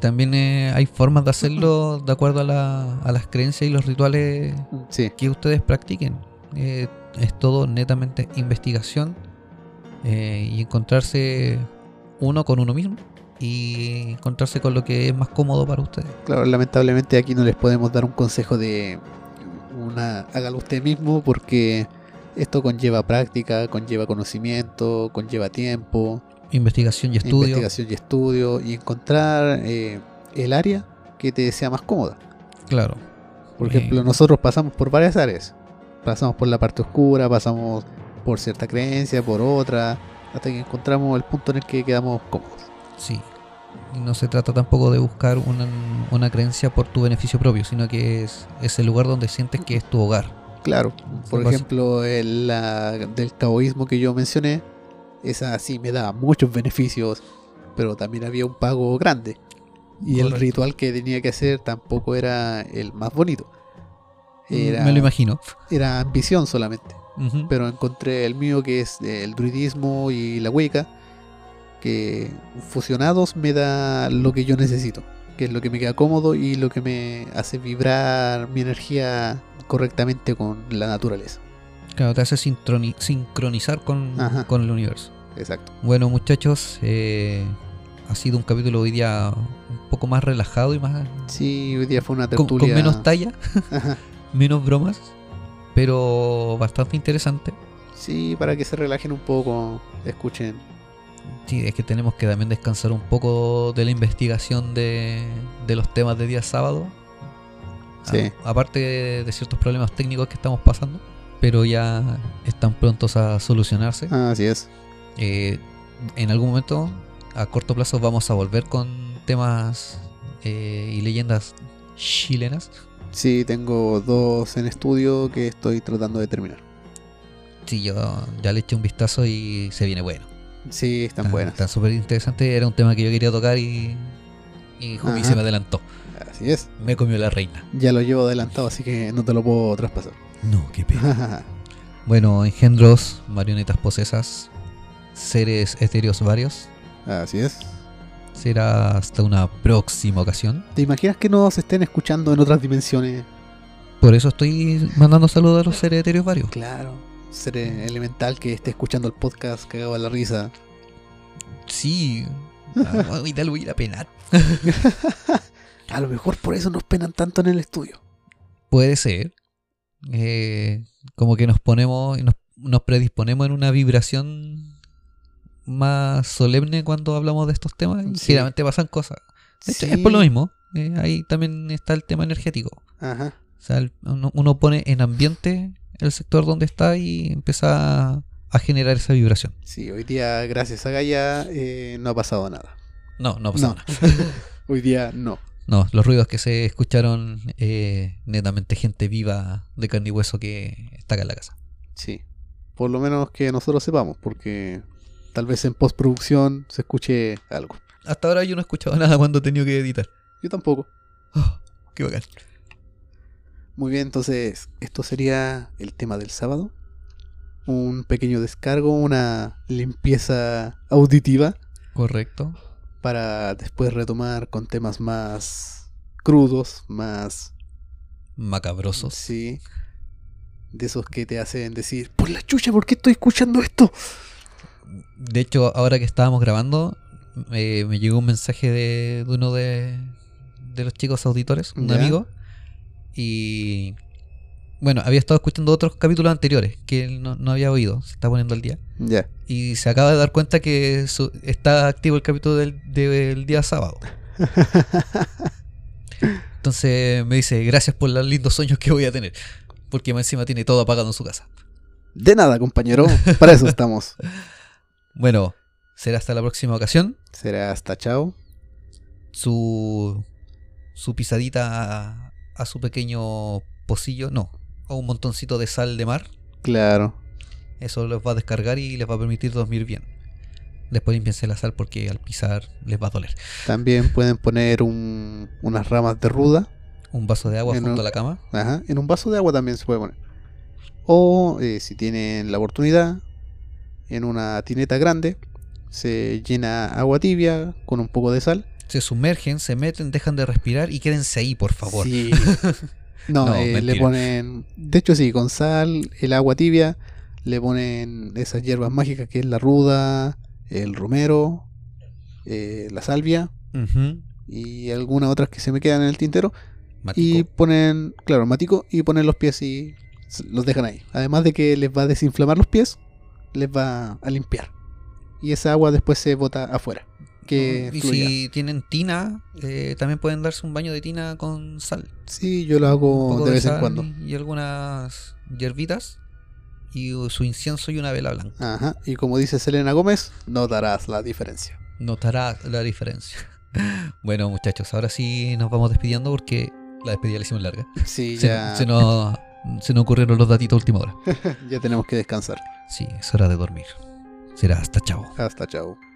También eh, hay formas de hacerlo de acuerdo a, la- a las creencias y los rituales
Sí,
que ustedes practiquen. Eh, es todo netamente investigación eh, y encontrarse uno con uno mismo y encontrarse con lo que es más cómodo para ustedes.
claro, lamentablemente aquí no les podemos dar un consejo de una hágalo usted mismo porque esto conlleva práctica, conlleva conocimiento, conlleva tiempo,
Investigación y estudio.
investigación y estudio y encontrar eh, el área que te sea más cómoda.
Claro.
Por
Eh,
ejemplo, nosotros pasamos por varias áreas. Pasamos por la parte oscura, pasamos por cierta creencia, por otra, hasta que encontramos el punto en el que quedamos cómodos.
Sí. Y no se trata tampoco de buscar una, una creencia por tu beneficio propio, sino que es, es el lugar donde sientes que es tu hogar.
Claro, por
Algo así.
ejemplo, el la- del taoísmo que yo mencioné, esa sí me daba muchos beneficios, pero también había un pago grande. Y el
Correcto.
ritual que tenía que hacer tampoco era el más bonito. Era,
Mm, Me lo imagino.
era ambición solamente.
Ujú.
pero encontré el mío que es eh, el druidismo y la Wicca, que fusionados me da lo que yo necesito, que es lo que me queda cómodo y lo que me hace vibrar mi energía correctamente con la naturaleza.
Claro, te hace sintroni- sincronizar con,
Ajá.
con el universo.
Exacto.
Bueno, muchachos, eh, ha sido un capítulo hoy día un poco más relajado y más
Sí, hoy día fue una
con, con
tertulia.
menos talla,
Ajá.
menos bromas, pero bastante interesante.
Sí, para que se relajen un poco, escuchen.
Sí, es que tenemos que también descansar un poco de la investigación de, de los temas de día sábado
Sí.
A- aparte de, de ciertos problemas técnicos que estamos pasando, pero ya están prontos a solucionarse.
Así es.
Eh, en algún momento, a corto plazo, vamos a volver con temas eh, y leyendas chilenas.
Sí, tengo dos en estudio que estoy tratando de terminar.
Sí, yo ya le eché un vistazo y se viene bueno.
Sí, están
Está-
buenas.
Ah, Está súper interesante. Era un tema que yo quería tocar y, y Jumi
Ajá.
se me adelantó.
Así es.
Me comió la reina.
Ya lo llevo adelantado, así que no te lo puedo traspasar.
No, qué Bueno, engendros, marionetas posesas, seres etéreos varios.
así es.
Será hasta una próxima ocasión.
¿Te imaginas que nos estén escuchando en otras dimensiones?
Por eso estoy mandando saludos a los seres etéreos varios.
Claro. Ser eh, elemental que esté escuchando el podcast cagado a la risa.
Sí. Ah, bueno, y tal voy a ir a penar.
A lo mejor por eso nos penan tanto en el estudio.
Puede ser. Eh, como que nos ponemos, nos, nos predisponemos en una vibración más solemne cuando hablamos de estos temas. Y
Sí.
generalmente pasan cosas. De hecho, es por lo mismo. Eh, ahí también está el tema energético.
Ajá.
O sea, el- uno, uno pone en ambiente el sector donde está y empieza a, a generar esa vibración.
Sí, hoy día, gracias a Gaia, eh, no ha pasado nada.
No, no pasa
No.
nada.
Hoy día no.
No, los ruidos que se escucharon eh, netamente gente viva de carne y hueso que está acá en la casa.
Sí. Por lo menos que nosotros sepamos, porque tal vez en postproducción se escuche algo.
Hasta ahora yo no he escuchado nada cuando he tenido que editar.
Yo tampoco.
Oh, qué bacán.
Muy bien, entonces esto sería el tema del sábado. Un pequeño descargo, una limpieza auditiva
Correcto.
para después retomar con temas más crudos, más...
Macabrosos.
Sí. De esos que te hacen decir, por la chucha, ¿por qué estoy escuchando esto?
De hecho, ahora que estábamos grabando, eh, me llegó un mensaje de, de uno de, de los chicos auditores, un
Ya.
amigo. Y bueno, había estado escuchando otros capítulos anteriores que él no, no había oído, se está poniendo al día.
Ya.
Y se acaba de dar cuenta que su- está activo el capítulo del, del día sábado. Entonces me dice, gracias por los lindos sueños que voy a tener. Porque más encima tiene todo apagado en su casa.
De nada, compañero. Para eso estamos.
Bueno, será hasta la próxima ocasión.
Será hasta chao.
Su, su pisadita a, a su pequeño pocillo, no, a un montoncito de sal de mar.
Claro.
Eso los va a descargar y les va a permitir dormir bien. Después limpiense la sal porque al pisar les va a doler.
También pueden poner un- unas ramas de ruda
Un vaso de agua
Bueno.
junto a la cama.
Ajá, En un vaso de agua también se puede poner. O eh, si tienen la oportunidad, en una tineta grande, se llena agua tibia con un poco de sal.
Se sumergen, se meten, dejan de respirar y quédense ahí, por favor.
Sí. No,
No,
eh, le
mentira.
ponen. De hecho, sí, con sal, el agua tibia, le ponen esas hierbas mágicas que es la ruda, el romero, eh, la salvia
Ujú.
y algunas otras que se me quedan en el tintero.
Matico.
Y ponen, claro, matico y ponen los pies y s- los dejan ahí. Además de que les va a desinflamar los pies, les va a limpiar. Y esa agua después se bota afuera. Que
Y
fluya.
si tienen tina, eh, también pueden darse un baño de tina con sal.
Sí, yo lo
un
hago
poco
de vez en
sal
cuando.
Y algunas hierbitas. Y su incienso y una vela blanca.
Ajá. Y como dice Selena Gómez, notarás la diferencia.
Notará la diferencia. bueno, muchachos, ahora sí nos vamos despidiendo porque la despedida la hicimos larga.
Sí,
Se,
ya,
se nos, se nos ocurrieron los datitos a última hora.
ya tenemos que descansar.
Sí, es hora de dormir. Será hasta chavo.
Hasta chao.